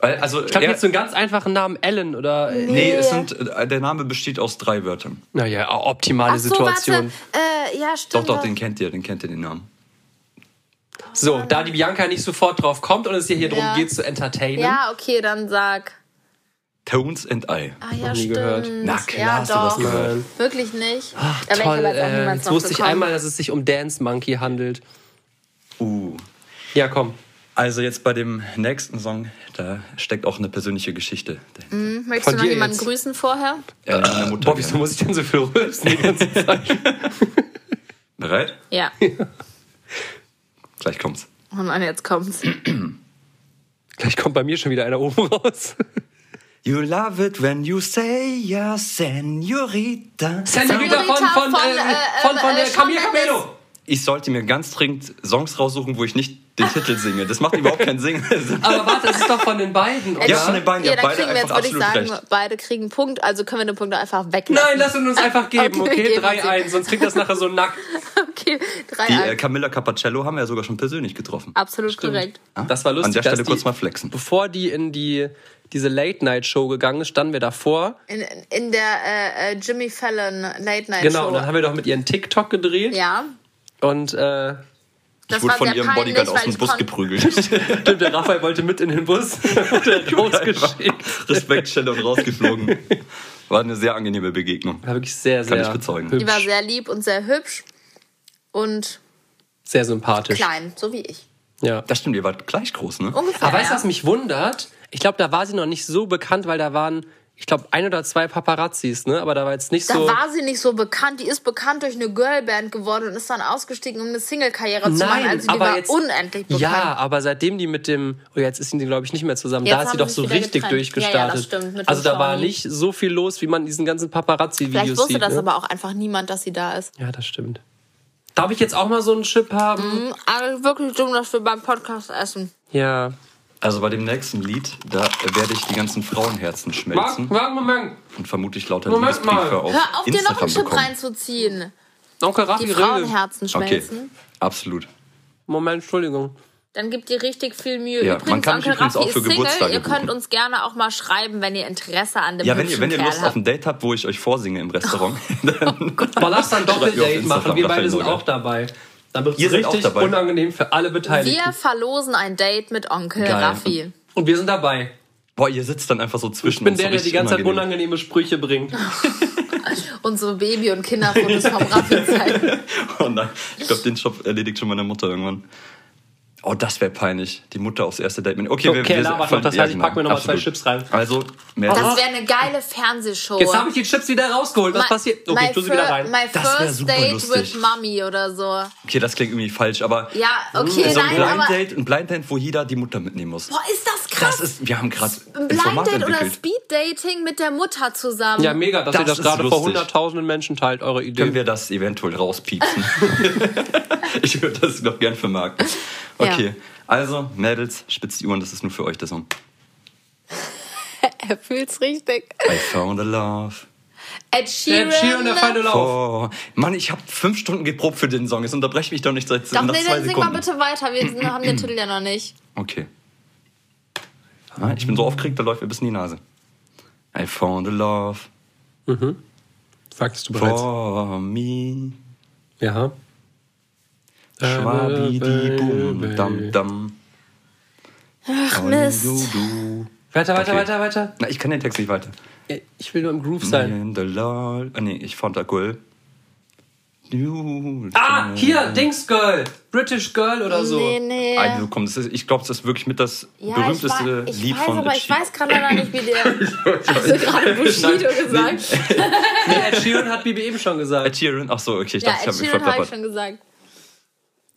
Speaker 3: Weil, Also,
Speaker 2: Ich habe
Speaker 3: er-
Speaker 2: jetzt so einen ganz einfachen Namen, Ellen oder.
Speaker 3: nee, es sind, äh, der Name besteht aus drei Wörtern.
Speaker 2: Naja, optimale
Speaker 1: ach so,
Speaker 2: Situation.
Speaker 1: warte. Äh, ja,
Speaker 3: Doch,
Speaker 1: stimmt.
Speaker 3: doch, den kennt ihr, den kennt ihr den Namen.
Speaker 2: So, da die Bianca nicht sofort drauf kommt und es hier, hier drum
Speaker 1: Ja.
Speaker 2: geht zu entertainen.
Speaker 1: ja, okay, dann sag.
Speaker 3: Tones and I.
Speaker 1: Ah, ja,
Speaker 2: nie
Speaker 1: stimmt.
Speaker 2: gehört.
Speaker 3: Na klar,
Speaker 1: ja,
Speaker 3: hast du
Speaker 1: doch.
Speaker 3: das gehört.
Speaker 1: Wirklich nicht. Ach,
Speaker 2: Toll, äh, jetzt wusste ich einmal, dass es sich um Dance Monkey handelt.
Speaker 3: Uh.
Speaker 2: Ja, komm.
Speaker 3: Also jetzt bei dem nächsten Song, da steckt auch eine persönliche Geschichte. Mhm.
Speaker 1: Möchtest
Speaker 2: von
Speaker 1: du noch
Speaker 2: dir
Speaker 1: jemanden
Speaker 2: jetzt.
Speaker 1: grüßen vorher?
Speaker 3: Äh, meine Mutter.
Speaker 2: Boah, wieso muss ich denn so viel rülpsen die ganze Zeit?
Speaker 3: Bereit?
Speaker 1: Ja.
Speaker 3: Gleich kommt's.
Speaker 1: Oh Mann, jetzt kommt's.
Speaker 2: Gleich kommt bei mir schon wieder einer oben raus.
Speaker 3: You love it when you say yeah, señorita.
Speaker 2: Senorita von, von,
Speaker 1: von,
Speaker 2: äh,
Speaker 1: äh,
Speaker 2: von, von
Speaker 1: äh,
Speaker 2: der
Speaker 1: Shawn
Speaker 2: Camila
Speaker 1: Mendes.
Speaker 2: Cabello.
Speaker 3: Ich sollte mir ganz dringend Songs raussuchen, wo ich nicht den Titel singe. Das macht überhaupt keinen Sinn. Also,
Speaker 2: Aber warte, das ist doch von den beiden,
Speaker 1: Äh,
Speaker 2: oder?
Speaker 3: Ja, von den beiden,
Speaker 1: ja,
Speaker 3: ja,
Speaker 1: dann
Speaker 3: beide
Speaker 1: kriegen wir jetzt,
Speaker 3: einfach
Speaker 1: würde ich sagen,
Speaker 3: absolut
Speaker 1: beide kriegen einen Punkt. Also können wir den Punkt doch einfach weglassen.
Speaker 2: Nein, lass ihn uns einfach geben,
Speaker 1: Okay,
Speaker 2: okay?
Speaker 1: geben Sie.
Speaker 2: 3-1, sonst kriegt das nachher so nackt.
Speaker 1: Okay, drei,
Speaker 3: Die äh,
Speaker 1: eins.
Speaker 3: Camilla Capacello haben wir ja sogar schon persönlich getroffen.
Speaker 1: Absolut korrekt.
Speaker 2: Das war lustig.
Speaker 3: An der
Speaker 2: dass
Speaker 3: Stelle
Speaker 2: die,
Speaker 3: kurz mal flexen.
Speaker 2: Bevor die in die, diese Late-Night-Show gegangen ist, standen wir davor.
Speaker 1: In, in der äh, äh, Jimmy Fallon Late Night
Speaker 2: Genau, und
Speaker 1: Show.
Speaker 2: dann haben wir doch mit ihren TikTok gedreht.
Speaker 1: ja.
Speaker 2: Und äh,
Speaker 1: Das
Speaker 3: Ich wurde
Speaker 1: war
Speaker 3: von
Speaker 1: sehr
Speaker 3: ihrem
Speaker 1: peinlich,
Speaker 3: Bodyguard aus
Speaker 1: weil
Speaker 3: dem
Speaker 1: ich
Speaker 3: Bus
Speaker 1: kon-
Speaker 3: geprügelt.
Speaker 2: stimmt, der Raphael wollte mit in den Bus. Wurde
Speaker 1: genau.
Speaker 2: rausgeschickt.
Speaker 3: Respektstelle und rausgeflogen. War eine sehr angenehme Begegnung.
Speaker 2: War wirklich sehr, sehr
Speaker 3: Kann ich bezeugen.
Speaker 1: Die war
Speaker 2: Hübsch,
Speaker 1: sehr lieb und sehr hübsch und
Speaker 2: sehr sympathisch.
Speaker 1: klein, so wie ich.
Speaker 2: Ja.
Speaker 3: Das stimmt, ihr wart gleich groß, ne?
Speaker 1: Ungefähr.
Speaker 2: Aber weißt du,
Speaker 1: ja.
Speaker 2: was mich wundert? Ich glaube, da war sie noch nicht so bekannt, weil da waren, ich glaube, ein oder zwei Paparazzis, ne? Aber da war jetzt nicht
Speaker 1: Da
Speaker 2: so.
Speaker 1: war sie nicht so bekannt. Die ist bekannt durch eine Girlband geworden und ist dann ausgestiegen, um eine Single-Karriere zu machen. Also die war unendlich bekannt.
Speaker 2: Ja, aber seitdem die mit dem, oh, jetzt ist sie, glaube ich, nicht mehr zusammen,
Speaker 1: Jetzt
Speaker 2: da ist sie
Speaker 1: haben
Speaker 2: doch
Speaker 1: sie
Speaker 2: so
Speaker 1: sich wieder
Speaker 2: richtig
Speaker 1: getrennt.
Speaker 2: durchgestartet.
Speaker 1: Ja, ja, das stimmt, mit
Speaker 2: also
Speaker 1: dem
Speaker 2: da war
Speaker 1: Shawn.
Speaker 2: nicht so viel los, wie man in diesen ganzen
Speaker 1: Vielleicht
Speaker 2: Paparazzi-Videos
Speaker 1: wusste
Speaker 2: sieht.
Speaker 1: das
Speaker 2: ne?
Speaker 1: aber auch einfach niemand, dass sie da ist.
Speaker 2: Ja, das stimmt. Darf ich jetzt auch mal so einen Chip haben?
Speaker 1: Also wirklich dumm, dass wir beim Podcast essen.
Speaker 2: Ja.
Speaker 3: Also bei dem nächsten Lied, da werde ich die ganzen Frauenherzen schmelzen
Speaker 2: Moment.
Speaker 3: und vermutlich lauter
Speaker 2: Moment mal.
Speaker 3: Liebesbriefe auf,
Speaker 1: Hör auf, dir noch
Speaker 3: Instagram
Speaker 1: einen Chip
Speaker 3: bekommen.
Speaker 1: reinzuziehen.
Speaker 2: Onkel Raffi
Speaker 1: Die
Speaker 2: Rille.
Speaker 1: Frauenherzen
Speaker 3: Okay,
Speaker 1: schmelzen.
Speaker 3: absolut.
Speaker 2: Moment, Entschuldigung.
Speaker 1: Dann gibt ihr richtig viel Mühe.
Speaker 3: Ja,
Speaker 1: übrigens,
Speaker 3: man kann mich
Speaker 1: Onkel
Speaker 3: übrigens
Speaker 1: Raffi
Speaker 3: auch für
Speaker 1: ist Single.
Speaker 3: Geburtstage
Speaker 1: ihr könnt
Speaker 3: buchen.
Speaker 1: uns gerne auch mal schreiben, wenn ihr Interesse an dem
Speaker 3: Ja, wenn ihr,
Speaker 1: hübschen Oh
Speaker 3: wenn ihr
Speaker 1: Kerl
Speaker 3: Lust auf
Speaker 1: habt.
Speaker 3: ein Date habt, wo ich euch vorsinge im Restaurant, dann
Speaker 2: Aber lass dann
Speaker 3: Schreib mir
Speaker 2: Doppeldate
Speaker 3: auf
Speaker 2: machen.
Speaker 3: Instagram,
Speaker 2: Wir beide
Speaker 3: Raphael
Speaker 2: sind
Speaker 3: Burger.
Speaker 2: auch dabei. Dann wird es
Speaker 3: Ihr seid auch
Speaker 2: richtig
Speaker 3: dabei.
Speaker 2: unangenehm für alle Beteiligten.
Speaker 1: Wir verlosen ein Date mit Onkel
Speaker 3: Geil.
Speaker 1: Raffi.
Speaker 2: Und wir sind dabei.
Speaker 3: Boah, ihr sitzt dann einfach so zwischen
Speaker 2: Ich bin
Speaker 3: uns.
Speaker 2: der, der
Speaker 3: Hm, so
Speaker 2: die
Speaker 3: richtig
Speaker 2: ganze Zeit
Speaker 3: unangenehm.
Speaker 2: unangenehme Sprüche bringt.
Speaker 1: Und so Baby- und Kinderfotos vom Raffi zeigen.
Speaker 3: Oh nein, ich glaube, den Job erledigt schon meine Mutter irgendwann. Oh, das wäre peinlich. Die Mutter aufs erste Date mit. Okay,
Speaker 2: Okay, labert noch. Das heißt, ich pack mir noch mal zwei
Speaker 3: absolut.
Speaker 2: Chips rein.
Speaker 3: Also, mehr
Speaker 1: Das wäre eine geile Fernsehshow.
Speaker 2: Jetzt habe ich die Chips wieder rausgeholt. Was
Speaker 1: My-
Speaker 2: passiert? Okay, ich
Speaker 1: my
Speaker 2: tue sie wieder
Speaker 1: fir-
Speaker 2: rein.
Speaker 1: My
Speaker 3: Das wär
Speaker 1: first
Speaker 3: super
Speaker 1: date
Speaker 3: lustig.
Speaker 1: with Mommy oder so.
Speaker 3: Okay, das klingt irgendwie falsch, aber
Speaker 1: Ja, okay,
Speaker 3: so ein
Speaker 1: nein,
Speaker 3: Blind
Speaker 1: aber-
Speaker 3: Date, ein Blind Date, wo jeder die Mutter mitnehmen muss.
Speaker 1: Boah, ist das krass.
Speaker 3: das ist, wir haben gerade
Speaker 1: ein
Speaker 3: ein
Speaker 1: Blind
Speaker 3: Format
Speaker 1: Date oder
Speaker 3: entwickelt.
Speaker 1: Speed Dating mit der Mutter zusammen.
Speaker 2: Ja, mega, dass
Speaker 3: Das
Speaker 2: ihr das
Speaker 3: ist
Speaker 2: gerade vor
Speaker 3: lustig.
Speaker 2: hunderttausenden Menschen teilt, eure Idee.
Speaker 3: Können wir das eventuell rauspiepsen? ich würde das noch gern vermarkten. Okay, also Mädels, spitzt die Uhren, das ist nur für euch der Song.
Speaker 1: Er fühlt's richtig.
Speaker 3: I found a love.
Speaker 1: Ed
Speaker 2: Der
Speaker 1: Sheeran.
Speaker 2: Cheer und der feine Lauf.
Speaker 3: Oh, Mann, ich habe fünf Stunden geprobt für den Song. Jetzt unterbrech mich doch nicht seit
Speaker 1: Doch,
Speaker 3: nach
Speaker 1: nee,
Speaker 3: zwei
Speaker 1: dann sing mal
Speaker 3: Sekunden.
Speaker 1: bitte weiter. Wir sind- haben den Titel ja noch nicht.
Speaker 3: Okay. Ah, ich bin so aufgeregt, da läuft mir bis in die Nase. I found a love
Speaker 2: Sagst du
Speaker 3: for me.
Speaker 2: Ja.
Speaker 3: Schwabidi bum dam dam. Ach
Speaker 1: Mist.
Speaker 2: Weiter, weiter,
Speaker 3: Okay.
Speaker 2: weiter, weiter.
Speaker 3: Na, ich kann den Text nicht weiter.
Speaker 2: Ich will nur im Groove sein.
Speaker 3: In the love. Ah, nee, ich found a girl.
Speaker 2: Ah,
Speaker 3: Mhm.
Speaker 2: hier, Dings Girl. British Girl oder so.
Speaker 1: Nee, nee.
Speaker 3: Also komm, das ist, ich glaube, das ist wirklich mit das
Speaker 1: Ja,
Speaker 3: berühmteste
Speaker 1: ich, wei- ich
Speaker 3: äh, Lied
Speaker 1: weiß,
Speaker 3: von
Speaker 1: aber
Speaker 3: Ed
Speaker 1: ich
Speaker 3: Sheeran.
Speaker 1: weiß gerade leider nicht, wie der. Also gerade Bushido gesagt.
Speaker 2: Nee, Ed Sheeran hat Bibi eben schon
Speaker 3: Ed
Speaker 2: gesagt.
Speaker 3: Sheeran, ach so, okay, ich
Speaker 1: Ja,
Speaker 3: dachte, ich
Speaker 1: Ed
Speaker 3: habe mich
Speaker 1: Sheeran habe ich
Speaker 3: verplappert.
Speaker 1: schon gesagt.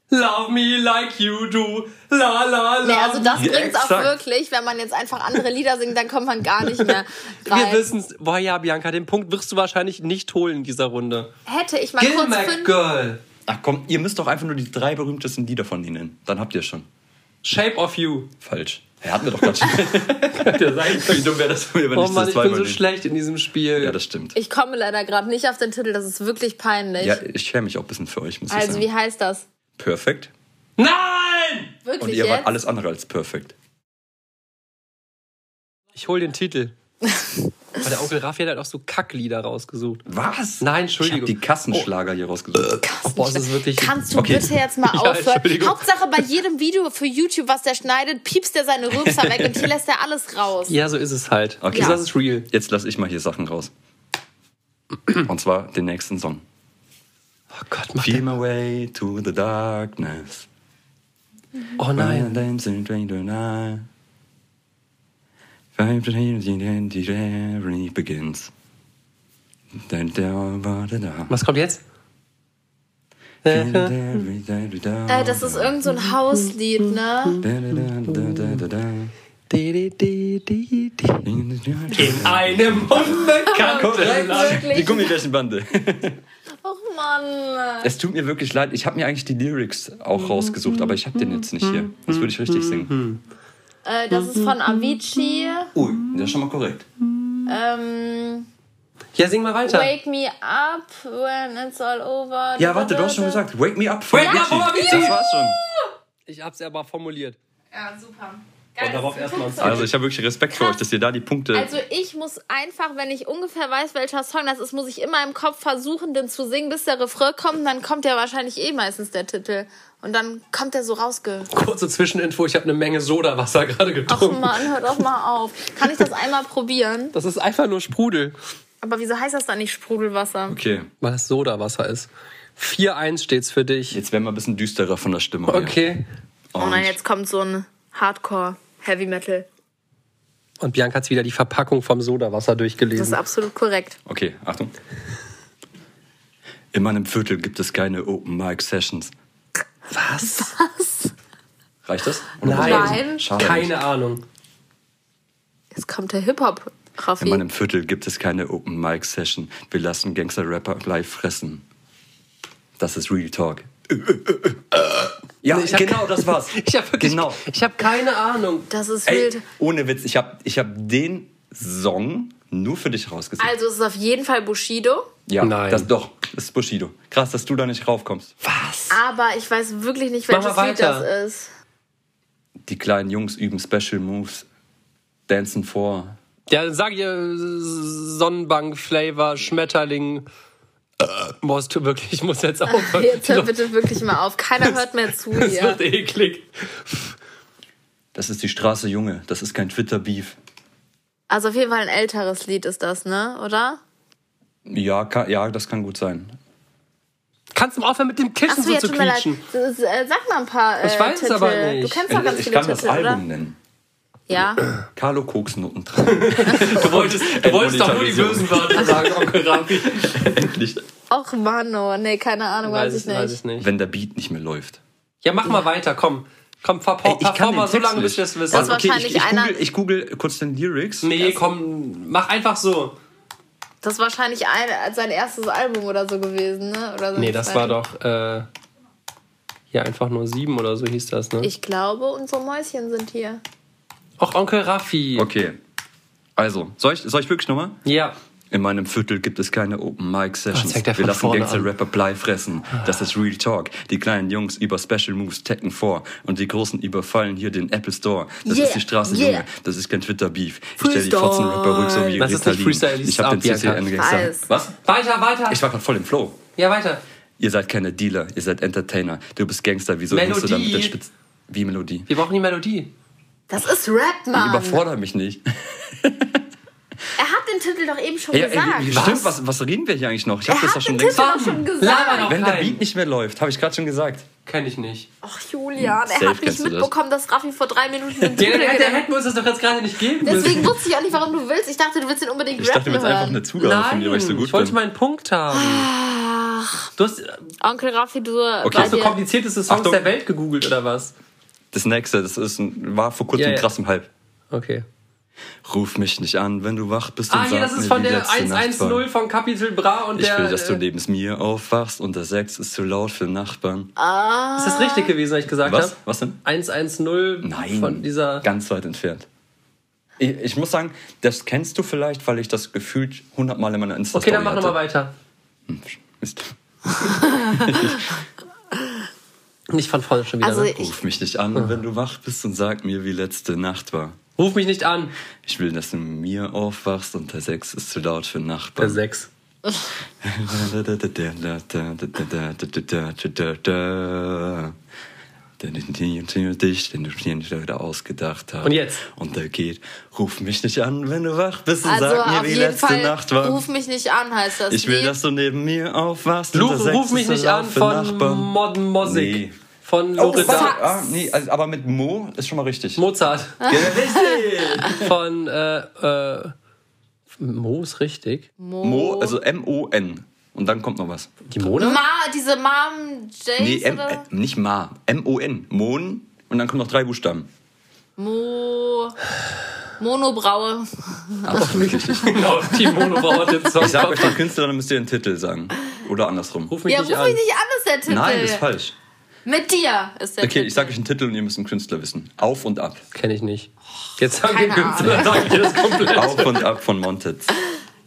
Speaker 2: Love me like you do. La la la.
Speaker 1: Nee, also das
Speaker 3: Ja,
Speaker 1: bringt's auch
Speaker 3: exakt.
Speaker 1: wirklich. Wenn man jetzt einfach andere Lieder singt, dann kommt man gar nicht mehr
Speaker 2: wir
Speaker 1: rein.
Speaker 2: wissen es. Boah, ja, Bianca, den Punkt wirst du wahrscheinlich nicht holen in dieser Runde.
Speaker 1: Hätte ich mal
Speaker 2: Gil
Speaker 1: kurz fünf...
Speaker 2: Girl.
Speaker 3: Ach komm, ihr müsst doch einfach nur die drei berühmtesten Lieder von ihnen nennen. Dann habt ihr schon.
Speaker 2: Shape of You.
Speaker 3: Falsch. Ja, hatten wir doch gerade schon.
Speaker 2: Der sein
Speaker 3: Wie dumm wäre das von mir, wenn
Speaker 2: Oh
Speaker 3: ich
Speaker 2: Mann,
Speaker 3: das
Speaker 2: ich bin
Speaker 3: zweimal
Speaker 2: so
Speaker 3: nehme?
Speaker 2: schlecht in diesem Spiel.
Speaker 3: Ja, das stimmt.
Speaker 1: Ich komme leider gerade nicht auf den Titel, das ist wirklich peinlich.
Speaker 3: Ja, ich schäme mich auch ein bisschen für euch, muss
Speaker 1: also,
Speaker 3: ich
Speaker 1: wie
Speaker 3: sagen.
Speaker 1: heißt das?
Speaker 3: Perfekt.
Speaker 2: Nein!
Speaker 1: Wirklich
Speaker 3: Und ihr
Speaker 1: jetzt?
Speaker 3: wart alles andere als perfekt.
Speaker 2: Ich hol den Titel. Aber der Onkel Raphael hat halt auch so Kacklieder rausgesucht.
Speaker 3: Was?
Speaker 2: Nein,
Speaker 3: Ich
Speaker 2: Entschuldigung.
Speaker 3: habe die Kassenschlager hier
Speaker 1: Äh,
Speaker 3: rausgesucht.
Speaker 2: Oh, boah, es ist wirklich.
Speaker 1: Kannst du
Speaker 3: Okay.
Speaker 1: bitte jetzt mal
Speaker 2: Ja,
Speaker 1: aufhören?
Speaker 2: Entschuldigung.
Speaker 1: Hauptsache bei jedem Video für YouTube, was der schneidet, piepst er seine Rülpser weg und hier lässt er alles raus.
Speaker 2: Ja, so ist es halt.
Speaker 3: Okay.
Speaker 2: Das ist real.
Speaker 3: Oh, Jetzt lasse ich mal hier Sachen raus. Und zwar den nächsten Song.
Speaker 2: Oh Gott, mach
Speaker 3: Feel
Speaker 2: den.
Speaker 3: my way to the darkness.
Speaker 2: Oh nein.
Speaker 3: Begins. Dann der war da da.
Speaker 2: Was kommt jetzt? Äh,
Speaker 1: Äh, das ist irgend so ein Hauslied, ne?
Speaker 2: di, di, di, di. In
Speaker 3: Die
Speaker 2: einem unbekannten Land.
Speaker 1: Wirklich?
Speaker 3: Gummibärchenbande.
Speaker 1: Och Mann.
Speaker 3: Es tut mir wirklich leid. Ich habe mir eigentlich die Lyrics auch rausgesucht, aber ich habe den jetzt nicht hier. Sonst würde ich richtig singen.
Speaker 1: Äh, das ist von Avicii.
Speaker 3: Ui, das ist schon mal korrekt.
Speaker 1: Ähm,
Speaker 2: Ja, sing mal weiter.
Speaker 1: Wake me up when it's all over.
Speaker 3: Ja, warte, du hast schon gesagt, Wake Me Up von
Speaker 2: Wake me up von
Speaker 3: Avicii.
Speaker 2: Avicii.
Speaker 3: Das war's schon.
Speaker 2: Ich hab's aber formuliert.
Speaker 1: Ja, super.
Speaker 2: Und darauf erstmal ein
Speaker 3: Also ich habe wirklich Respekt für
Speaker 1: Krass.
Speaker 3: euch, dass ihr da die Punkte...
Speaker 1: Also ich muss einfach, wenn ich ungefähr weiß, welcher Song das ist, muss ich immer im Kopf versuchen, den zu singen, bis der Refrain kommt. Dann kommt ja wahrscheinlich eh meistens der Titel. Und dann kommt der so rausge...
Speaker 2: Kurze Zwischeninfo, ich habe eine Menge Sodawasser gerade
Speaker 1: Ach
Speaker 2: getrunken.
Speaker 1: Mann, hör doch mal auf. Kann ich das einmal probieren?
Speaker 2: Das ist einfach nur Sprudel,
Speaker 1: Aber wieso heißt das dann nicht Sprudelwasser?
Speaker 3: okay,
Speaker 2: weil es Sodawasser ist. 4-1 steht's für dich.
Speaker 3: jetzt werden wir ein bisschen düsterer von der Stimme. hier.
Speaker 2: Okay.
Speaker 1: Oh nein, jetzt kommt so ein Hardcore Heavy Metal.
Speaker 2: Und Bianca hat's wieder die Verpackung vom Sodawasser
Speaker 1: Das ist
Speaker 2: durchgelesen.
Speaker 3: Mhm.
Speaker 1: absolut korrekt.
Speaker 3: Okay, Achtung. In meinem Viertel gibt es keine Open Mic Sessions.
Speaker 2: Was?
Speaker 3: Reicht das?
Speaker 2: Nein.
Speaker 1: Nein.
Speaker 3: Schade.
Speaker 2: Keine Ahnung.
Speaker 1: Jetzt kommt der Hip-Hop,
Speaker 3: In
Speaker 1: Raffi.
Speaker 3: meinem Viertel gibt es keine Open Mic Session. Wir lassen Gangster-Rapper live fressen. Das ist Real Talk. Ja,
Speaker 2: ich hab-
Speaker 3: genau, das war's.
Speaker 2: Ich habe wirklich.
Speaker 3: Genau.
Speaker 2: Ich habe keine Ahnung.
Speaker 1: Das ist
Speaker 3: Ey,
Speaker 1: wild.
Speaker 3: ohne Witz, ich habe ich hab den Song nur für dich rausgesucht.
Speaker 1: Also es ist auf jeden Fall Bushido.
Speaker 3: ja,
Speaker 2: Nein.
Speaker 3: Das, doch, das ist Bushido. Krass, dass du da nicht raufkommst.
Speaker 1: Aber ich weiß wirklich nicht,
Speaker 2: Mach
Speaker 1: welches
Speaker 2: mal
Speaker 1: Lied
Speaker 2: weiter.
Speaker 1: das ist.
Speaker 3: Die kleinen Jungs üben Special Moves. Dancen vor.
Speaker 2: Ja, dann sag ihr äh, Sonnenbank, Flavor, Schmetterling. Äh, musst du wirklich, ich muss jetzt aufhören.
Speaker 1: Ah, Jetzt hör
Speaker 2: das
Speaker 1: bitte wirklich mal auf. Keiner hört mehr zu hier.
Speaker 2: wird eklig.
Speaker 3: Das ist die Straße, Junge. Das ist kein Twitter-Beef.
Speaker 1: Also auf jeden Fall ein älteres Lied ist das, ne? Oder?
Speaker 3: Ja, ka- ja, das kann gut sein.
Speaker 2: Kannst du mal aufhören mit dem Kissen
Speaker 1: Achso,
Speaker 2: so
Speaker 1: ja,
Speaker 2: zu
Speaker 1: tut mir leid.
Speaker 2: quietschen?
Speaker 1: Das ist, äh, Sag mal ein paar äh,
Speaker 2: Ich weiß es
Speaker 1: Titel.
Speaker 2: aber nicht.
Speaker 1: Du kennst doch ganz
Speaker 3: ich
Speaker 1: viele
Speaker 3: kann
Speaker 1: Titel,
Speaker 3: das Album
Speaker 1: oder?
Speaker 3: nennen.
Speaker 1: Ja.
Speaker 3: Carlo Koksnoten dran.
Speaker 2: Du wolltest, du wolltest doch nur die bösen Wörter sagen, Onkel Raffi.
Speaker 3: Endlich.
Speaker 1: Och Mann, oh, nee, keine Ahnung, weiß, ich nicht.
Speaker 2: weiß ich nicht.
Speaker 3: Wenn der Beat nicht mehr läuft.
Speaker 2: Ja, mach mal weiter, komm. Komm,
Speaker 3: Ey,
Speaker 2: verpau-
Speaker 3: ich kann
Speaker 2: Oh, perform mal
Speaker 3: den
Speaker 2: so
Speaker 3: Text
Speaker 2: lange, bis wir
Speaker 3: nicht.
Speaker 2: es
Speaker 3: Also,
Speaker 2: wissen.
Speaker 1: Das war-
Speaker 3: Okay, ich,
Speaker 1: wahrscheinlich
Speaker 3: ich,
Speaker 1: einer-
Speaker 3: google, ich google kurz den Lyrics.
Speaker 2: nee, komm, mach einfach so.
Speaker 1: Das ist wahrscheinlich ein, sein erstes Album oder so gewesen, ne? Oder sein
Speaker 2: Nee, das war
Speaker 1: zweites.
Speaker 2: doch äh, hier einfach nur sieben oder so hieß das, ne?
Speaker 1: Ich glaube, unsere Mäuschen sind hier.
Speaker 2: Och, Onkel Raffi.
Speaker 3: Okay. Also, soll ich, soll ich wirklich nochmal?
Speaker 2: Ja.
Speaker 3: In meinem Viertel gibt es keine Open Mic
Speaker 2: Ah,
Speaker 3: Sessions.
Speaker 2: zeigt er
Speaker 3: Wir
Speaker 2: von
Speaker 3: lassen
Speaker 2: vorne
Speaker 3: Gangster
Speaker 2: an. Ah.
Speaker 3: Rapper Blei fressen. Das ist Real Talk. Die kleinen Jungs über Special Moves tecken vor und die großen überfallen hier den Apple Store. Das
Speaker 1: Yeah,
Speaker 3: ist die Straße,
Speaker 1: yeah.
Speaker 3: Junge. Das ist kein Twitter Beef. Ich stell die
Speaker 1: Freestyle.
Speaker 3: Fotzen Rapper rück, so wie
Speaker 2: Das ist nicht
Speaker 3: Ritalin.
Speaker 2: Freestyle, das
Speaker 3: Ich
Speaker 2: ist
Speaker 3: hab den
Speaker 2: Abwerker.
Speaker 3: CCN
Speaker 1: Weiß.
Speaker 3: Gangster. Was?
Speaker 2: Weiter, weiter.
Speaker 3: Ich war gerade voll im Flow.
Speaker 2: ja, weiter.
Speaker 3: Ihr seid keine Dealer, ihr seid Entertainer. Du bist Gangster, wieso nimmst du
Speaker 2: Melodie.
Speaker 3: damit den Spitz... Wie Melodie?
Speaker 2: Wir brauchen die Melodie.
Speaker 1: Das ist Rap, Mann.
Speaker 3: Überfordere mich nicht.
Speaker 1: Er hat den Titel doch eben schon
Speaker 3: Ja,
Speaker 1: gesagt.
Speaker 3: ey, stimmt, was, was reden wir hier eigentlich noch? Ich habe
Speaker 1: er
Speaker 3: das doch
Speaker 1: hat
Speaker 3: schon
Speaker 1: den
Speaker 3: längst.
Speaker 1: Titel doch schon
Speaker 2: Laber
Speaker 1: gesagt.
Speaker 2: doch.
Speaker 3: Wenn der
Speaker 2: Nein.
Speaker 3: Beat nicht mehr läuft, habe ich gerade schon gesagt.
Speaker 2: Kenn ich nicht.
Speaker 1: Ach, Julian,
Speaker 3: Hm, Safe
Speaker 1: er hat nicht
Speaker 3: kennst du das.
Speaker 1: mitbekommen, dass Raffi vor drei Minuten den
Speaker 2: Ja,
Speaker 1: Titel
Speaker 2: dann hätte- dann
Speaker 1: genannt
Speaker 2: hätten wir uns das doch jetzt gerade nicht geben müssen.
Speaker 1: Deswegen wusste ich auch nicht, warum du willst. Ich dachte, du willst ihn unbedingt
Speaker 3: Ich dachte
Speaker 1: rappen
Speaker 3: mir jetzt einfach eine
Speaker 1: hören.
Speaker 3: Zugabe von dir, weil ich so
Speaker 2: Nein,
Speaker 3: gut
Speaker 2: ich wollte
Speaker 3: bin.
Speaker 2: meinen Punkt haben. Du hast,
Speaker 1: Onkel Raffi, du
Speaker 3: Okay.
Speaker 1: bei
Speaker 2: hast du
Speaker 1: dir.
Speaker 2: komplizierteste Songs
Speaker 3: Achtung.
Speaker 2: der Welt gegoogelt oder was?
Speaker 3: Das nächste, das ist ein, war vor kurzem
Speaker 2: Ja, ja.
Speaker 3: krass im Hype.
Speaker 2: Okay.
Speaker 3: Ruf mich nicht an, wenn du wach bist und
Speaker 2: Ah, hier,
Speaker 3: sag
Speaker 2: das
Speaker 3: mir,
Speaker 2: ist von
Speaker 3: wie
Speaker 2: der
Speaker 3: letzte Nacht
Speaker 2: 110
Speaker 3: war.
Speaker 2: von Capital Bra und
Speaker 3: Ich
Speaker 2: der.
Speaker 3: will, dass du
Speaker 2: äh,
Speaker 3: neben mir aufwachst und der Sex ist zu laut für Nachbarn.
Speaker 2: Ah, Ist das richtig gewesen, was ich gesagt habe?
Speaker 3: Was? Was denn?
Speaker 2: 110
Speaker 3: Nein,
Speaker 2: von dieser.
Speaker 3: ganz weit entfernt. Ich, ich muss sagen, das kennst du vielleicht, weil ich das gefühlt hundertmal in meiner Insta
Speaker 2: Okay,
Speaker 3: Story
Speaker 2: dann mach nochmal
Speaker 3: hatte. Hm,
Speaker 2: weiter.
Speaker 3: Mist.
Speaker 2: Nicht von vorne schon wieder.
Speaker 1: Also
Speaker 2: ne?
Speaker 1: ich,
Speaker 3: Ruf mich nicht an, wenn du wach bist und sag mir, wie letzte Nacht war.
Speaker 2: Ruf mich nicht an.
Speaker 3: Ich will, dass du mit mir aufwachst und der Sex ist zu laut für
Speaker 2: Der
Speaker 3: Nachbarn.
Speaker 2: 6.
Speaker 3: Denn ich nehme dich, denn du mir nicht wieder ausgedacht hast.
Speaker 2: Und jetzt?
Speaker 3: Und da geht, ruf mich nicht an, wenn du wach bist und
Speaker 1: also
Speaker 3: sag
Speaker 1: auf
Speaker 3: mir, wie
Speaker 1: jeden
Speaker 3: letzte
Speaker 1: Fall,
Speaker 3: Nacht war.
Speaker 1: ruf mich nicht an, heißt das.
Speaker 3: ich will,
Speaker 1: Lied.
Speaker 3: dass du neben mir aufwachst. und der
Speaker 2: Ruf,
Speaker 3: Sex
Speaker 2: ruf mich
Speaker 3: ist
Speaker 2: nicht
Speaker 3: zu laut
Speaker 2: an
Speaker 3: für
Speaker 2: von
Speaker 3: Nachbarn.
Speaker 2: Modern Music.
Speaker 3: Nee.
Speaker 2: Von
Speaker 3: Oh,
Speaker 2: Lorida.
Speaker 1: fuck.
Speaker 3: warte, ah, nee, also, aber mit Mo ist schon mal richtig.
Speaker 2: Mozart.
Speaker 3: Ja, richtig.
Speaker 2: Von. Äh, äh, Mo ist richtig.
Speaker 3: Mo, also M-O-N. Und dann kommt noch was.
Speaker 2: Die Mona?
Speaker 1: Ma, diese Mom Jace
Speaker 3: Nee, M, äh,
Speaker 1: oder?
Speaker 3: nicht Ma. M-O-N. Mon. Und dann kommen noch drei Buchstaben.
Speaker 1: Mo. Monobraue.
Speaker 2: Genau, die Mono braucht den Song.
Speaker 3: Ich sag euch den Künstler, dann müsst ihr den Titel sagen. Oder andersrum.
Speaker 2: Ruf mich
Speaker 1: Ja, ruf
Speaker 2: nicht an.
Speaker 1: mich nicht an, ist der Titel.
Speaker 3: Nein, ist falsch.
Speaker 1: Mit dir ist der
Speaker 3: Okay,
Speaker 1: Titel.
Speaker 3: ich sag euch einen Titel und ihr müsst den Künstler wissen. Auf und ab.
Speaker 2: Kenn ich nicht. Jetzt sagen wir
Speaker 1: Oh, Keine
Speaker 2: Künstler, sagen wir das komplett.
Speaker 3: Auf und ab von Montez.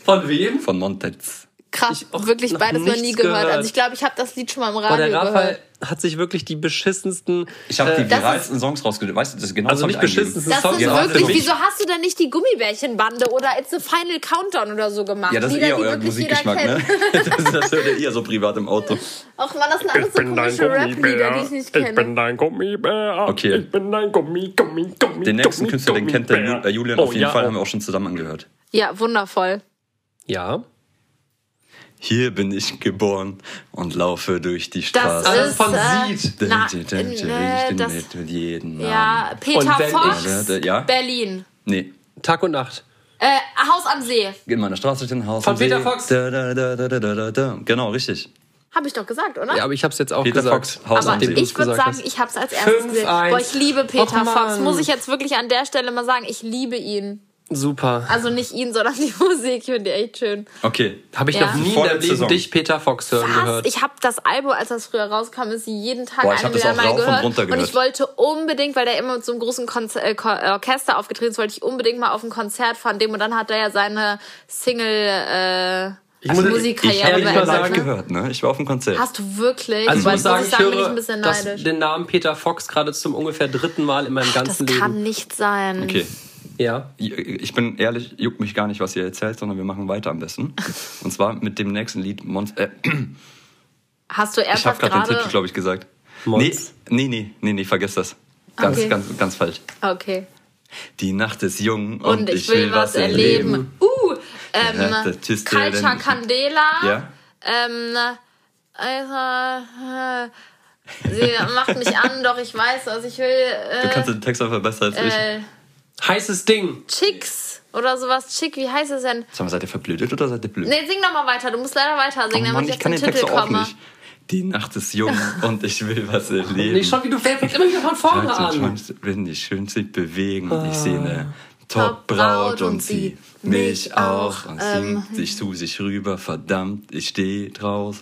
Speaker 2: Von wem?
Speaker 3: Von Montez.
Speaker 1: Krass,
Speaker 2: auch
Speaker 1: wirklich
Speaker 2: noch
Speaker 1: beides noch
Speaker 2: nichts
Speaker 1: nie gehört.
Speaker 2: gehört.
Speaker 1: Also ich glaube, ich habe das Lied schon mal im
Speaker 2: Boah,
Speaker 1: Radio
Speaker 2: der
Speaker 1: gehört.
Speaker 2: Raphael hat sich wirklich die beschissensten. äh,
Speaker 3: Ich habe die
Speaker 1: das ist-
Speaker 3: viralsten Songs rausgesucht. Weißt du, das ist genau
Speaker 2: also
Speaker 3: das
Speaker 2: nicht
Speaker 3: genau hab ich eingegeben.
Speaker 2: beschissensten
Speaker 1: Das
Speaker 2: Songs.
Speaker 1: sind
Speaker 3: Ja,
Speaker 2: sondern
Speaker 1: wirklich,
Speaker 3: für mich.
Speaker 1: wieso hast du denn nicht die Gummibärchenbande oder It's a Final Countdown oder so gemacht?
Speaker 3: Ja, das ist
Speaker 1: Lieder,
Speaker 3: eher
Speaker 1: die
Speaker 3: euer
Speaker 1: wirklich jeder
Speaker 3: Musikgeschmack,
Speaker 1: kennt.
Speaker 3: ne? Das, das hört ihr eher so privat im Auto.
Speaker 1: Och man, das sind alles so komische Rap-Lieder, die ich nicht
Speaker 4: Ich
Speaker 1: kenne.
Speaker 4: bin dein Gummibär.
Speaker 3: Okay.
Speaker 4: Ich bin dein Gummi, Gummi, Gummi.
Speaker 3: Den nächsten
Speaker 4: Gummi,
Speaker 3: Künstler, den kennt der Ju-
Speaker 4: Gummibär.
Speaker 3: äh, Julian
Speaker 4: Oh,
Speaker 3: auf jeden
Speaker 4: ja,
Speaker 3: Fall,
Speaker 4: oh.
Speaker 3: haben wir auch schon zusammen angehört.
Speaker 1: Ja, wundervoll.
Speaker 2: Ja.
Speaker 3: Hier bin ich geboren und laufe durch die
Speaker 1: Das
Speaker 3: Straße.
Speaker 1: ist
Speaker 2: ist von
Speaker 1: äh,
Speaker 2: Sied.
Speaker 1: Na,
Speaker 3: ich
Speaker 1: äh,
Speaker 3: bin
Speaker 1: das,
Speaker 3: mit, mit jedem
Speaker 1: ja, Peter
Speaker 2: Und wenn ich-
Speaker 1: Fox,
Speaker 3: Werde- ja?
Speaker 1: Berlin.
Speaker 3: Nee,
Speaker 2: Tag und Nacht.
Speaker 1: Äh, Haus am See.
Speaker 3: in meiner Straße steht ein Haus.
Speaker 2: Von
Speaker 3: am
Speaker 2: Peter
Speaker 3: See.
Speaker 2: Fox.
Speaker 3: Da, da, da, da, da, da, da. Genau, richtig.
Speaker 1: Habe ich doch gesagt, oder?
Speaker 2: Ja, aber ich hab's jetzt auch
Speaker 3: Peter
Speaker 2: gesagt.
Speaker 3: Fox, Haus
Speaker 1: Aber
Speaker 3: am See.
Speaker 2: nachdem du es
Speaker 1: ich würde
Speaker 2: gesagt
Speaker 1: sagen,
Speaker 2: hast.
Speaker 1: ich habe es als erstes
Speaker 2: Fünf,
Speaker 1: gesehen.
Speaker 2: eins.
Speaker 1: Boah, ich liebe Peter
Speaker 2: Och,
Speaker 1: Fox.
Speaker 2: Mann.
Speaker 1: Muss ich jetzt wirklich an der Stelle mal sagen, ich liebe ihn.
Speaker 2: Super.
Speaker 1: Also nicht ihn, sondern die Musik. Ich finde die echt schön.
Speaker 3: Okay.
Speaker 2: Habe ich
Speaker 1: Ja.
Speaker 2: noch nie in
Speaker 3: Vorletzte
Speaker 2: deinem Leben
Speaker 3: Saison.
Speaker 2: dich Peter Fox hören
Speaker 1: Was?
Speaker 2: gehört.
Speaker 1: Ich habe das Album, als das früher rauskam, ist jeden Tag
Speaker 3: Boah, ich hab
Speaker 1: ein
Speaker 3: das
Speaker 1: wieder
Speaker 3: auch
Speaker 1: mal
Speaker 3: rauf und
Speaker 1: gehört.
Speaker 3: runter
Speaker 1: Und
Speaker 3: gehört.
Speaker 1: ich wollte unbedingt, weil der immer mit so einem großen Konzer äh, Ko- Orchester aufgetreten ist, wollte ich unbedingt mal auf ein Konzert von dem. Und dann hat er ja seine Single äh, also
Speaker 2: muss-
Speaker 3: Ich
Speaker 1: Musikkarriere
Speaker 3: habe ihn
Speaker 2: ehrlich mal
Speaker 3: mal
Speaker 1: beendet.
Speaker 3: live
Speaker 2: sagen-
Speaker 1: Ne?
Speaker 3: gehört, ne? Ich war auf dem Konzert.
Speaker 1: Hast du wirklich?
Speaker 2: Also ich
Speaker 1: Weil
Speaker 2: muss sagen,
Speaker 1: muss
Speaker 2: ich
Speaker 1: sagen, bin ich ein
Speaker 2: höre
Speaker 1: bisschen
Speaker 2: das,
Speaker 1: neidisch.
Speaker 2: den Namen Peter Fox gerade zum ungefähr dritten Mal in meinem
Speaker 1: Das
Speaker 2: ganzen
Speaker 1: kann
Speaker 2: Leben.
Speaker 1: nicht sein.
Speaker 3: okay.
Speaker 2: Ja.
Speaker 3: Ich bin ehrlich, juckt mich gar nicht, was ihr erzählt, sondern wir machen weiter am besten. Und zwar mit dem nächsten Lied Monst. Äh,
Speaker 1: Hast du
Speaker 3: ich habe
Speaker 1: ernsthaft
Speaker 3: gerade den Titel,
Speaker 1: gerade...
Speaker 3: glaube ich, gesagt. Nee,
Speaker 2: Monst?
Speaker 3: nee, nee, nee, nee, vergesst das. Ganz,
Speaker 1: Okay.
Speaker 3: ganz, ganz falsch.
Speaker 1: Okay.
Speaker 3: Die Nacht ist jung
Speaker 1: Und, ich will, was erleben. Uh,
Speaker 3: Ja,
Speaker 1: ähm,
Speaker 3: das tust du ja
Speaker 1: Culture
Speaker 3: dann-
Speaker 1: Candela.
Speaker 3: Ja?
Speaker 1: Ähm, also, äh, sie macht mich an, doch ich weiß, was ich will.
Speaker 3: Du
Speaker 1: Äh,
Speaker 3: kannst den Text einfach besser als ich.
Speaker 1: äh,
Speaker 2: Heißes Ding.
Speaker 1: Chicks oder sowas. Chick, wie heißt es denn?
Speaker 3: Sag mal, seid ihr verblödet oder seid ihr blöd?
Speaker 1: Nee, sing doch mal weiter. Du musst leider weiter singen, damit
Speaker 3: oh Mann,
Speaker 1: ich
Speaker 3: ich
Speaker 1: auf
Speaker 3: kann
Speaker 1: den
Speaker 3: den
Speaker 1: Titel
Speaker 3: Text auch
Speaker 1: komme.
Speaker 3: nicht. Die Nacht ist jung und ich will was erleben.
Speaker 2: Ich schau, wie du fängst immer wieder von vorne
Speaker 3: Tag zum
Speaker 2: an.
Speaker 3: Schwanz, wenn die schön sich bewegen, ich sehe eine
Speaker 1: Top-Braut
Speaker 3: Top-Braut
Speaker 1: und
Speaker 3: und sie
Speaker 1: sie mich
Speaker 3: mich
Speaker 1: auch,
Speaker 3: auch. Und
Speaker 1: ähm,
Speaker 3: singt sich zu sich rüber, verdammt, ich stehe draus.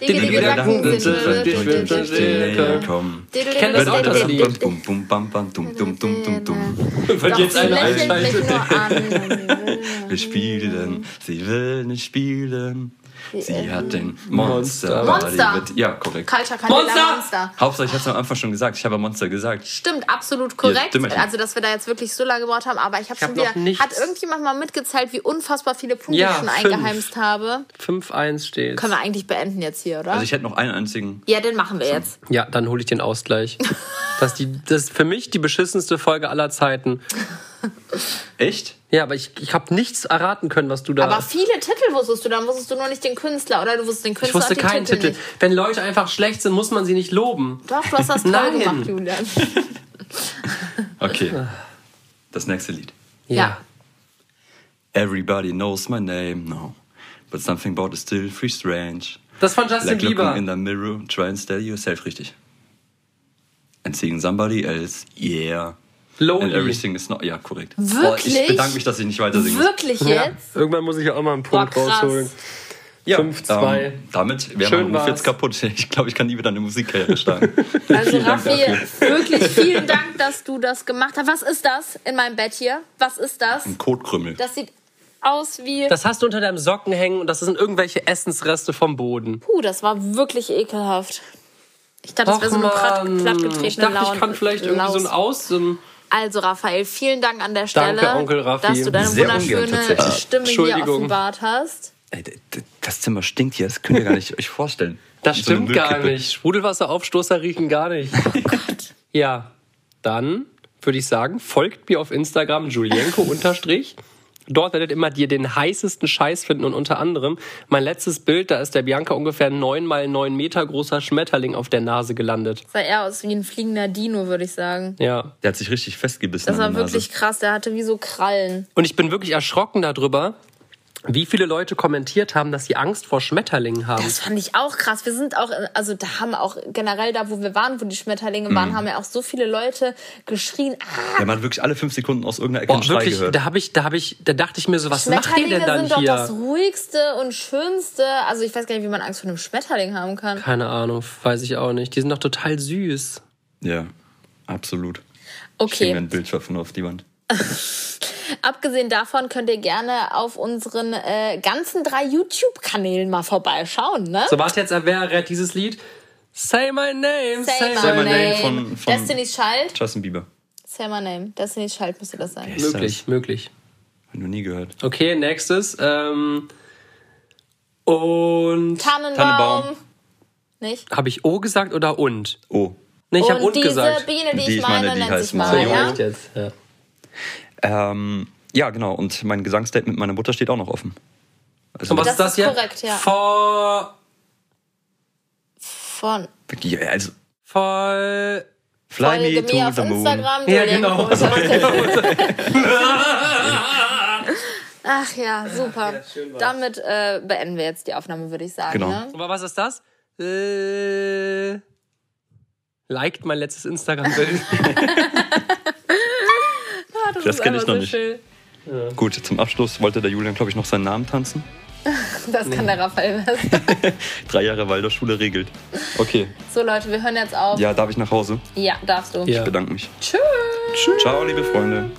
Speaker 1: Digga,
Speaker 2: Die
Speaker 1: digga,
Speaker 2: Gedanken
Speaker 1: dacken,
Speaker 2: sind
Speaker 1: sind-
Speaker 2: wirklich
Speaker 1: sind-
Speaker 2: wirklich
Speaker 1: sind-
Speaker 2: wirklich
Speaker 1: sind-
Speaker 3: Komm.
Speaker 1: Diddle-
Speaker 2: Kennt das auch, das Lied?
Speaker 3: Bum, bum, bam, bam, dum, dum, dum, dum, dum.
Speaker 2: Wird
Speaker 1: Doch,
Speaker 2: jetzt
Speaker 1: sie
Speaker 2: einer
Speaker 1: lächelt
Speaker 2: einschalten.
Speaker 1: mich nur an.
Speaker 3: Wir spielen, sie will nicht spielen. Sie hat den Monster.
Speaker 1: Monster.
Speaker 3: Body mit- Ja, korrekt.
Speaker 1: Culture Candela
Speaker 2: Monster!
Speaker 1: Monster.
Speaker 3: Hauptsache, ich habe es am Anfang schon gesagt. Ich habe Monster gesagt.
Speaker 1: Stimmt, absolut korrekt.
Speaker 3: Stimmerchen.
Speaker 1: also, dass wir da jetzt wirklich so lange gebraucht haben, aber ich habe
Speaker 2: Ich
Speaker 1: schon
Speaker 2: hab
Speaker 1: wieder.
Speaker 2: noch nichts.
Speaker 1: Hat irgendjemand mal mitgezählt, wie unfassbar viele Punkte
Speaker 2: Ja,
Speaker 1: ich schon
Speaker 2: fünf.
Speaker 1: eingeheimst habe?
Speaker 2: 5-1 steht.
Speaker 1: Können wir eigentlich beenden jetzt hier, oder?
Speaker 3: Also ich hätte noch einen einzigen.
Speaker 1: ja, den machen wir jetzt.
Speaker 2: Ja, dann hole ich den Ausgleich. Das ist, die, das ist für mich die beschissenste Folge aller Zeiten.
Speaker 3: Echt?
Speaker 2: Ja, aber ich, ich habe nichts erraten können, was du da.
Speaker 1: Aber viele Titel wusstest du, dann wusstest du nur nicht den Künstler oder du wusstest den
Speaker 2: ich
Speaker 1: Künstler
Speaker 2: wusste
Speaker 1: und die
Speaker 2: keinen
Speaker 1: Titel
Speaker 2: Titel.
Speaker 1: nicht.
Speaker 2: Wenn Leute einfach schlecht sind, muss man sie nicht loben.
Speaker 1: Doch, du hast das toll
Speaker 2: Nein.
Speaker 1: gemacht, Julian.
Speaker 3: Okay. Das nächste Lied.
Speaker 1: Ja.
Speaker 3: Everybody knows my name now, but something about it still feels strange.
Speaker 2: Das von Justin
Speaker 3: like
Speaker 2: Bieber.
Speaker 3: looking in the mirror, try and stay yourself richtig. And seeing somebody else, yeah.
Speaker 2: Lonely.
Speaker 3: And everything is not, ja, korrekt. Oh,
Speaker 1: Wirklich?
Speaker 3: ich bedanke mich, dass ich nicht weiter singen muss.
Speaker 1: Wirklich
Speaker 2: ja.
Speaker 1: jetzt?
Speaker 2: Irgendwann muss ich ja auch mal einen
Speaker 1: Boah,
Speaker 2: Punkt
Speaker 1: krass.
Speaker 2: rausholen.
Speaker 3: Ja,
Speaker 2: 5-2.
Speaker 3: ähm, damit wäre
Speaker 2: Schön
Speaker 3: mein Ruf
Speaker 2: war's.
Speaker 3: jetzt kaputt. Ich glaube, ich kann nie wieder eine Musikkarriere starten.
Speaker 1: Also
Speaker 3: Dank
Speaker 1: Raffi, wirklich vielen Dank, dass du das gemacht hast. Was ist das in meinem Bett hier? Was ist das?
Speaker 3: Kotkrümmel.
Speaker 1: Das sieht aus wie...
Speaker 2: Das hast du unter deinem Socken hängen und das sind irgendwelche Essensreste vom Boden.
Speaker 1: Puh, Uh, das war wirklich ekelhaft. Ich dachte, das wäre so eine platt,
Speaker 2: Mann.
Speaker 1: plattgetretene
Speaker 2: Ich dachte,
Speaker 1: Laune.
Speaker 2: ich kann vielleicht irgendwie so ein
Speaker 1: Laus.
Speaker 2: Aus. So ein
Speaker 1: Also, Raphael, vielen Dank an der Stelle,
Speaker 2: Danke, Onkel Raffi.
Speaker 1: dass du deine
Speaker 3: Sehr ungern
Speaker 1: wunderschöne
Speaker 3: tatsächlich.
Speaker 1: Stimme hier
Speaker 2: Äh, Entschuldigung.
Speaker 1: offenbart hast.
Speaker 3: Ey, d- d- Das Zimmer stinkt hier, das könnt ihr gar nicht euch vorstellen.
Speaker 2: das
Speaker 3: So eine
Speaker 2: stimmt gar
Speaker 3: Müllkippe.
Speaker 2: nicht. Sprudelwasseraufstoßer riechen gar nicht.
Speaker 1: Oh
Speaker 2: ja, dann würde ich sagen, folgt mir auf Instagram Julienko unterstrich. Dort werdet ihr immer dir den heißesten Scheiß finden und unter anderem mein letztes Bild, da ist der Bianca ungefähr 9 mal 9 Meter großer Schmetterling auf der Nase gelandet.
Speaker 1: Sah eher aus wie ein fliegender Dino, würde ich sagen.
Speaker 2: Ja.
Speaker 3: Der hat sich richtig festgebissen.
Speaker 1: Das war
Speaker 3: an der Nase.
Speaker 1: wirklich krass. Der hatte wie so Krallen.
Speaker 2: Und ich bin wirklich erschrocken darüber, wie viele Leute kommentiert haben, dass sie Angst vor Schmetterlingen haben.
Speaker 1: Das fand ich auch krass. Wir sind auch, also da haben auch generell da, wo wir waren, wo die Schmetterlinge
Speaker 2: Mhm.
Speaker 1: waren, haben ja auch so viele Leute geschrien. Ah,
Speaker 3: Ja, man hat wirklich alle fünf Sekunden aus irgendeiner Ecke
Speaker 2: Boah,
Speaker 3: einen Schrei
Speaker 2: wirklich,
Speaker 3: gehört.
Speaker 2: da habe ich, da habe ich, da dachte ich mir so, was macht ihr denn
Speaker 1: Schmetterlinge
Speaker 2: dann
Speaker 1: sind doch das
Speaker 2: hier?
Speaker 1: ruhigste und schönste. Also ich weiß gar nicht, wie man Angst vor einem Schmetterling haben kann.
Speaker 2: Keine Ahnung, weiß ich auch nicht. Die sind doch total süß.
Speaker 3: Ja, absolut. Ich krieg mir
Speaker 1: Okay,
Speaker 3: ein Bild schaffen auf die Wand.
Speaker 1: abgesehen davon könnt ihr gerne auf unseren äh, ganzen drei YouTube-Kanälen mal vorbeischauen, ne?
Speaker 2: So, warte jetzt, wer rät dieses Lied? Say my name, say, my, name.
Speaker 3: von- von-
Speaker 1: Destiny's Child.
Speaker 3: Justin Bieber.
Speaker 1: Say my name. Destiny's Child müsste das sein.
Speaker 3: Ist
Speaker 2: Möglich, möglich.
Speaker 3: das? Noch nie gehört.
Speaker 2: Okay, nächstes. Ähm, und
Speaker 1: Tannenbaum.
Speaker 3: Tannenbaum.
Speaker 1: Nicht?
Speaker 2: habe ich O gesagt oder und?
Speaker 3: Oh.
Speaker 2: Nee, ich habe
Speaker 1: und
Speaker 2: und
Speaker 1: diese
Speaker 2: gesagt.
Speaker 1: Biene, die,
Speaker 3: Die
Speaker 1: ich meine,
Speaker 3: die
Speaker 1: nennt
Speaker 3: heißt
Speaker 1: sich Maya.
Speaker 3: Maya.
Speaker 1: Ja?
Speaker 2: Echt jetzt, ja.
Speaker 3: Ähm, ja, genau. Und mein Gesangsdate mit meiner Mutter steht auch noch offen. Also,
Speaker 2: Und was
Speaker 1: Das
Speaker 2: ist das
Speaker 1: ist
Speaker 2: hier?
Speaker 1: korrekt, ja.
Speaker 2: Vor,
Speaker 1: Von
Speaker 3: ja, also
Speaker 2: voll.
Speaker 3: fly
Speaker 1: Folge
Speaker 3: me
Speaker 1: mir
Speaker 3: to
Speaker 1: auf
Speaker 3: the moon.
Speaker 1: Instagram.
Speaker 2: Ja,
Speaker 1: Julian
Speaker 2: genau.
Speaker 1: Groß. Ach ja, super. Damit äh, beenden wir jetzt die Aufnahme, würde ich sagen.
Speaker 3: Genau.
Speaker 1: Ne?
Speaker 2: Aber was ist das? Äh, liked mein letztes Instagram-Bild.
Speaker 3: Das
Speaker 1: ist
Speaker 3: kenne ich
Speaker 1: einfach
Speaker 3: noch
Speaker 1: so
Speaker 3: nicht.
Speaker 1: schön.
Speaker 3: Gut, zum Abschluss wollte der Julian, glaube ich, noch seinen Namen tanzen.
Speaker 1: Das kann der Raphael besser.
Speaker 3: Drei Jahre Waldorfschule regelt. Okay.
Speaker 1: So, Leute, wir hören jetzt auf. Ja,
Speaker 3: Ja, darf ich nach Hause?
Speaker 1: darfst du.
Speaker 2: Ja.
Speaker 3: Ich bedanke mich.
Speaker 1: Tschüss.
Speaker 3: Ciao, liebe Freunde.